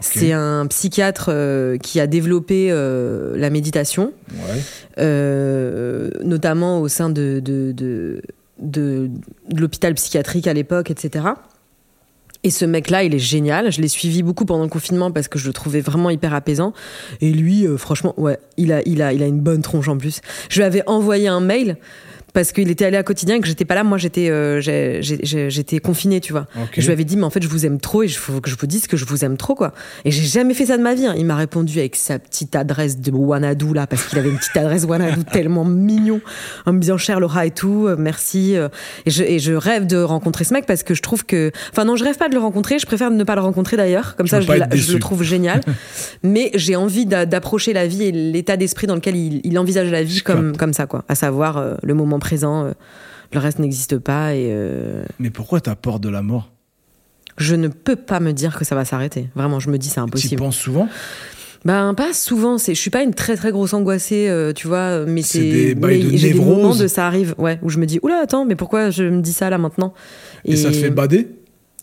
C'est un psychiatre euh, qui a développé euh, la méditation
Ouais.
euh, notamment au sein de, de, de, de- de l'hôpital psychiatrique à l'époque, etc. Et ce mec-là, il est génial. Je l'ai suivi beaucoup pendant le confinement parce que je le trouvais vraiment hyper apaisant. Et lui, euh, franchement, ouais, il a, il, a, il a une bonne tronche en plus. Je lui avais envoyé un mail parce qu'il était allé à quotidien et que j'étais pas là. Moi, j'étais euh, j'ai- j'ai- j'ai- j'étais confinée, tu vois.
Ok.
Et Je lui avais dit, mais en fait, je vous aime trop et je faut que je vous dise que je vous aime trop, quoi. Et j'ai jamais fait ça de ma vie. hein. Il m'a répondu avec sa petite adresse de Wanadoo, là, parce qu'il avait une petite adresse Wanadoo tellement mignon, en me disant, cher Laura et tout, euh, merci. euh. Et je, et je rêve de rencontrer ce mec parce que je trouve que. Enfin, non, je rêve pas de le rencontrer, je préfère ne pas le rencontrer d'ailleurs. Comme
Tu
ça,
veux
je,
pas
la-
être
je
déçu.
le trouve génial. Mais j'ai envie d'a- d'approcher la vie et l'état d'esprit dans lequel il, il envisage la vie
Je
comme, comme ça, quoi. À savoir euh, le moment présent, euh, le reste n'existe pas et. euh,
Mais pourquoi t'as peur de la mort
je ne peux pas me dire que ça va s'arrêter. Vraiment, je me dis c'est
Tu
impossible.
penses souvent
Ben pas souvent. C'est, je suis pas une très très grosse angoissée, euh, tu vois. Mais
C'est
c'est,
des bails
mais
de
j'ai des
névrose.
moments de ça arrive, ouais, où je me dis oula attends, mais pourquoi je me dis ça là maintenant
et... ça te fait bader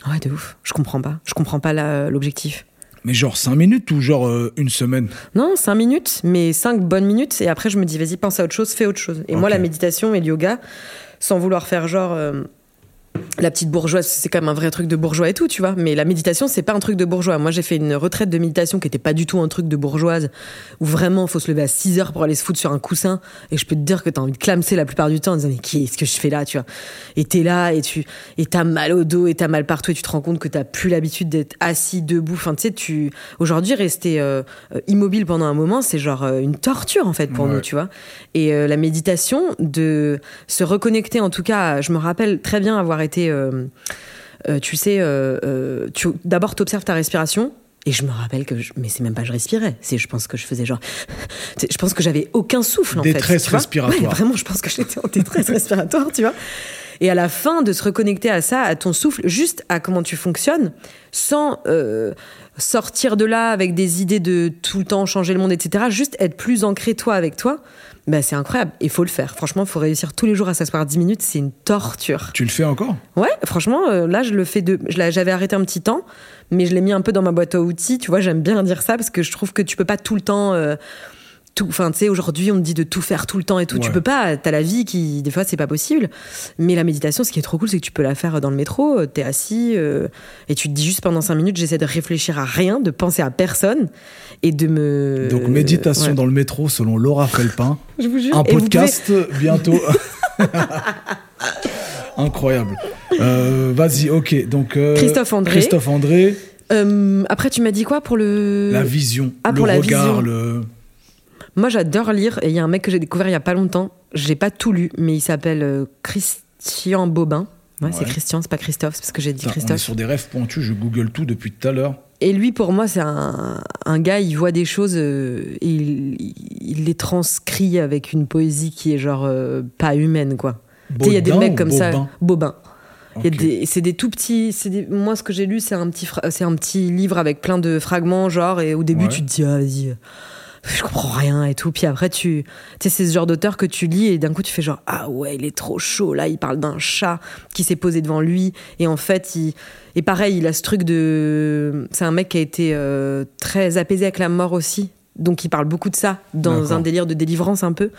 Ouais, de ouf. Je comprends pas. Je comprends pas la- l'objectif.
Mais genre 5 minutes ou genre euh, une semaine
Non, cinq minutes, mais cinq bonnes minutes. Et après, je me dis vas-y, pense à autre chose, fais autre chose. Et moi,
Ok.
la méditation et le yoga, sans vouloir faire genre. euh, la petite bourgeoise, c'est quand même un vrai truc de bourgeois et tout, tu vois. Mais la méditation, c'est pas un truc de bourgeois. Moi, j'ai fait une retraite de méditation qui était pas du tout un truc de bourgeoise, où vraiment, faut se lever à 6 heures pour aller se foutre sur un coussin. Et je peux te dire que t'as envie de clamser la plupart du temps en disant, mais qu'est-ce que je fais là, tu vois. Et t'es là, et tu, et t'as mal au dos, et t'as mal partout, et tu te rends compte que t'as plus l'habitude d'être assis, debout. Enfin, tu sais, tu, aujourd'hui, rester euh, euh, immobile pendant un moment, c'est genre euh, une torture, en fait, pour
Ouais.
nous, tu vois. Et euh, la méditation, de se reconnecter, en tout cas, je me rappelle très bien avoir été, euh, euh, tu sais, euh, euh, tu, d'abord t'observes ta respiration. Et je me rappelle que, je- mais c'est même pas je respirais, c'est je pense que je faisais genre, tu sais, je pense que j'avais aucun souffle en fait.
Détresse
tu vois.
respiratoire.
Ouais, vraiment, je pense que j'étais en détresse respiratoire, tu vois. Et à la fin de se reconnecter à ça, à ton souffle, juste à comment tu fonctionnes, sans euh, sortir de là avec des idées de tout le temps changer le monde, etc. Juste être plus ancré toi avec toi, bah, c'est incroyable. Il faut le faire. Franchement, il faut réussir tous les jours à s'asseoir 10 minutes, c'est une torture.
Tu le fais encore
Ouais, franchement, euh, là, je le fais de. je l'ai- J'avais arrêté un petit temps, mais je l'ai mis un peu dans ma boîte à outils. Tu vois, j'aime bien dire ça parce que je trouve que tu peux pas tout le temps. euh, tout, enfin, tu sais, aujourd'hui, on te dit de tout faire tout le temps et tout. Tu
Ouais.
peux pas. T'as la vie qui, des fois, c'est pas possible. Mais la méditation, ce qui est trop cool, c'est que tu peux la faire dans le métro. euh, T'es assis euh, et tu te dis juste pendant cinq minutes, j'essaie de réfléchir à rien, de penser à personne et de me.
Donc méditation
Euh, Ouais.
dans le métro selon Laura Felpin.
Je vous jure.
Un
Et vous
podcast bientôt. Incroyable. Euh, Vas-y, ok. Donc euh,
Christophe André.
Christophe André,
pouvez- Euh, après, tu m'as dit quoi pour le.
la vision,
ah,
le
pour la
regard,
vision.
le.
Moi, j'adore lire. Et il y a un mec que j'ai découvert il y a pas longtemps. J'ai pas tout lu, mais il s'appelle euh, Christian Bobin. Ouais,
Ouais.
c'est Christian, c'est pas Christophe, c'est parce que j'ai dit
Putain, on est
Christophe.
sur des rêves pointus. Je google tout depuis tout à l'heure.
Et lui, pour moi, c'est un, un gars, il voit des choses euh, et il, il les transcrit avec une poésie qui est genre euh, pas humaine, quoi. Tu sais, Il y a des
Baudin
mecs
ou
comme ça.
Bobin
Bobin. Il y a
Ok.
des- C'est des tout petits. c'est des- moi, ce que j'ai lu, c'est un, petit fra- c'est un petit livre avec plein de fragments, genre, et au début,
Ouais.
tu te dis, ah, vas-y, euh, je comprends rien et tout. Puis après, tu. Tu sais, c'est ce genre d'auteur que tu lis et d'un coup, tu fais genre, ah ouais, il est trop chaud. Là, il parle d'un chat qui s'est posé devant lui. Et en fait, il. Et pareil, il a ce truc de. C'est un mec qui a été euh, très apaisé avec la mort aussi. Donc, il parle beaucoup de ça dans
D'accord.
un délire de délivrance un peu.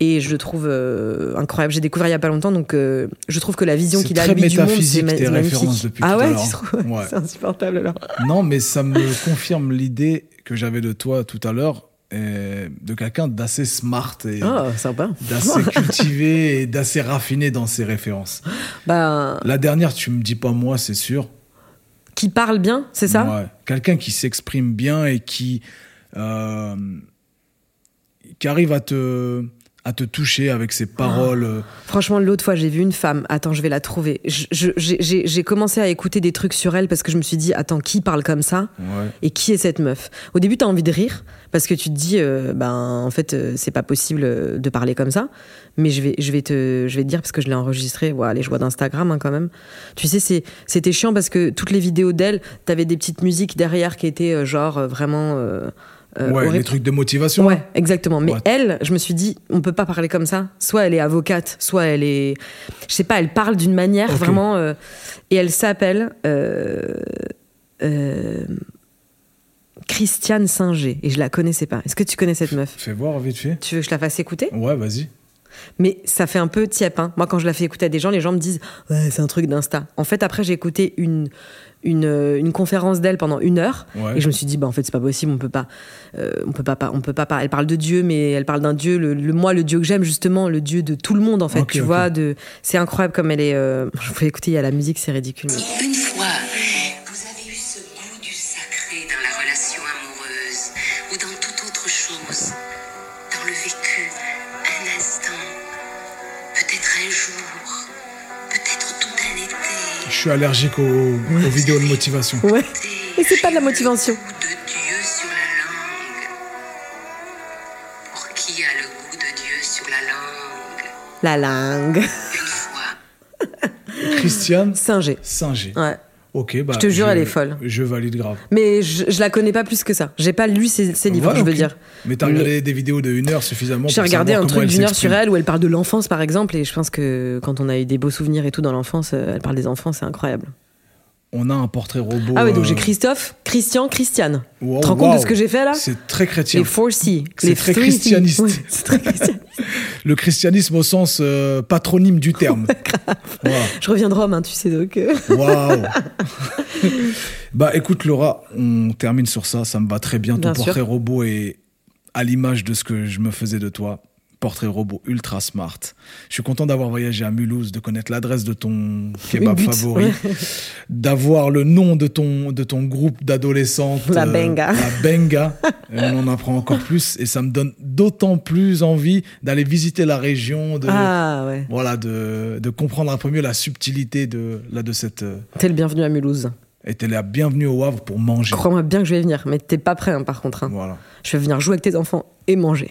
Et je le trouve euh, incroyable. J'ai découvert il y a pas longtemps, donc euh, je trouve que la vision
C'est
qu'il a
très
lui du monde, c'est
métaphysique,
ma-
tes
c'est
références
magnifique.
depuis
Ah
tout à
ouais,
l'heure. hein.
tu trouves
Ouais.
C'est insupportable alors.
Non, mais ça me confirme l'idée que j'avais de toi tout à l'heure, et de quelqu'un d'assez smart et
Ah, sympa.
d'assez cultivé et d'assez raffiné dans ses références.
Bah,
La dernière, tu me dis pas moi, c'est sûr.
qui parle bien, c'est ça
Ouais. Quelqu'un qui s'exprime bien et qui, euh, qui arrive à te, à te toucher avec ses paroles. euh,
Franchement, l'autre fois, j'ai vu une femme. Attends, je vais la trouver. Je- je- J'ai j'ai- j'ai commencé à écouter des trucs sur elle parce que je me suis dit, attends, qui parle comme ça
ouais.
et qui est cette meuf Au début, t'as envie de rire parce que tu te dis, euh, ben en fait, euh, c'est pas possible euh, de parler comme ça. Mais je vais, je vais te, je vais te dire parce que je l'ai enregistré. Voilà, les joies d'Instagram hein, quand même. Tu sais, c'est, c'était chiant parce que toutes les vidéos d'elle, t'avais des petites musiques derrière qui étaient euh, genre euh, vraiment. euh, euh,
Ouais,
horribles.
les trucs de motivation.
Ouais, exactement. Mais
Ouais.
elle, je me suis dit, on peut pas parler comme ça. Soit elle est avocate, soit elle est, je sais pas, elle parle d'une manière
Ok.
vraiment. euh, et elle s'appelle euh, euh, Christiane Singer. Et je la connaissais pas. Est-ce que tu connais cette meuf
Fais voir vite fait.
Tu veux que je la fasse écouter
Ouais, vas-y.
Mais ça fait un peu tiep. Hein. Moi, quand je la fais écouter à des gens, les gens me disent ouais, c'est un truc d'Insta. En fait, après, j'ai écouté une, une, euh, une conférence d'elle pendant une heure
Ouais.
et je me suis dit bah en fait c'est pas possible, on peut pas, euh, on peut pas, pas- on peut pas, pas- Elle parle de Dieu, mais elle parle d'un Dieu, le, le- moi le Dieu que j'aime justement, le Dieu de tout le monde en fait.
Ok,
tu
ok.
vois, de c'est incroyable comme elle est. euh, Je vous fais écouter, il y a la musique, c'est ridicule. mais-
Une fois, vous avez eu ce goût du sacré dans la relation amoureuse ou dans toute autre chose, dans le vécu, un instant, peut-être un jour, peut-être tout un été.
Je suis allergique aux, aux vidéos de motivation.
Ouais.
Des-
Et c'est pas de la motivation.
Le goût de Dieu sur la langue. Pour qui a le goût de Dieu sur la langue
La langue.
Une fois.
Christiane
Singé.
Singer.
Ouais.
Ok, bah.
Je te jure, elle est folle.
Je valide grave.
Mais je, je la connais pas plus que ça. J'ai pas lu ses, ses livres,
Ouais,
je veux
ok.
dire.
Mais t'as
Mais-
regardé des vidéos de une heure suffisamment
J'ai
pour
regardé
savoir
un
comment
truc
elle
d'une heure sur
s'exprime.
elle où elle parle de l'enfance, par exemple, et je pense que quand on a eu des beaux souvenirs et tout dans l'enfance, euh, elle parle des enfants, c'est incroyable.
On a un portrait robot.
ah ouais, donc
euh,
j'ai Christophe, Christian, Christiane.
wow,
tu te rends compte de
wow.
ce que j'ai fait là
Oh, C'est très chrétien.
Les 4C.
C'est
Les
très
3C.
christianiste.
Ouais, c'est très christian.
Le christianisme au sens euh, patronyme du terme. Voilà.
je reviens de Rome, hein, tu sais donc. euh.
Waouh. bah écoute Laura, on termine sur ça, ça me va très bien. Ton
Bien sûr.
portrait robot est à l'image de ce que je me faisais de toi. Portrait robot ultra smart. Je suis content d'avoir voyagé à Mulhouse, de connaître l'adresse de ton kebab
but,
favori,
ouais.
d'avoir le nom de ton, de ton groupe d'adolescentes. euh,
La Benga.
La Benga. Et on en apprend encore plus et ça me donne d'autant plus envie d'aller visiter la région, de,
Ah ouais.
voilà, de, de comprendre un peu mieux la subtilité de, là, de cette. euh,
T'es le bienvenu à Mulhouse.
Et t'es la bienvenue au Havre pour manger.
Crois-moi bien que je vais venir, mais t'es pas prêt hein, par contre. hein.
Voilà.
Je vais venir jouer avec tes enfants et manger.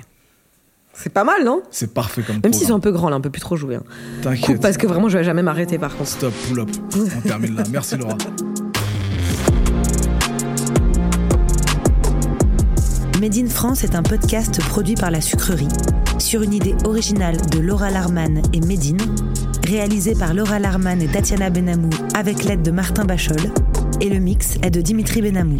C'est pas mal, non
C'est parfait comme
Même s'ils sont un
programme.
peu grands là, un peu plus trop jouer. hein. Coupe
T'inquiète.
parce que vraiment je vais jamais m'arrêter par contre.
Stop, pull up. On termine là. Merci Laura.
Made in France est un podcast produit par la sucrerie, sur une idée originale de Laura Larman et Médine, réalisé par Laura Larman et Tatiana Benamou avec l'aide de Martin Bachol, et le mix est de Dimitri Benamou.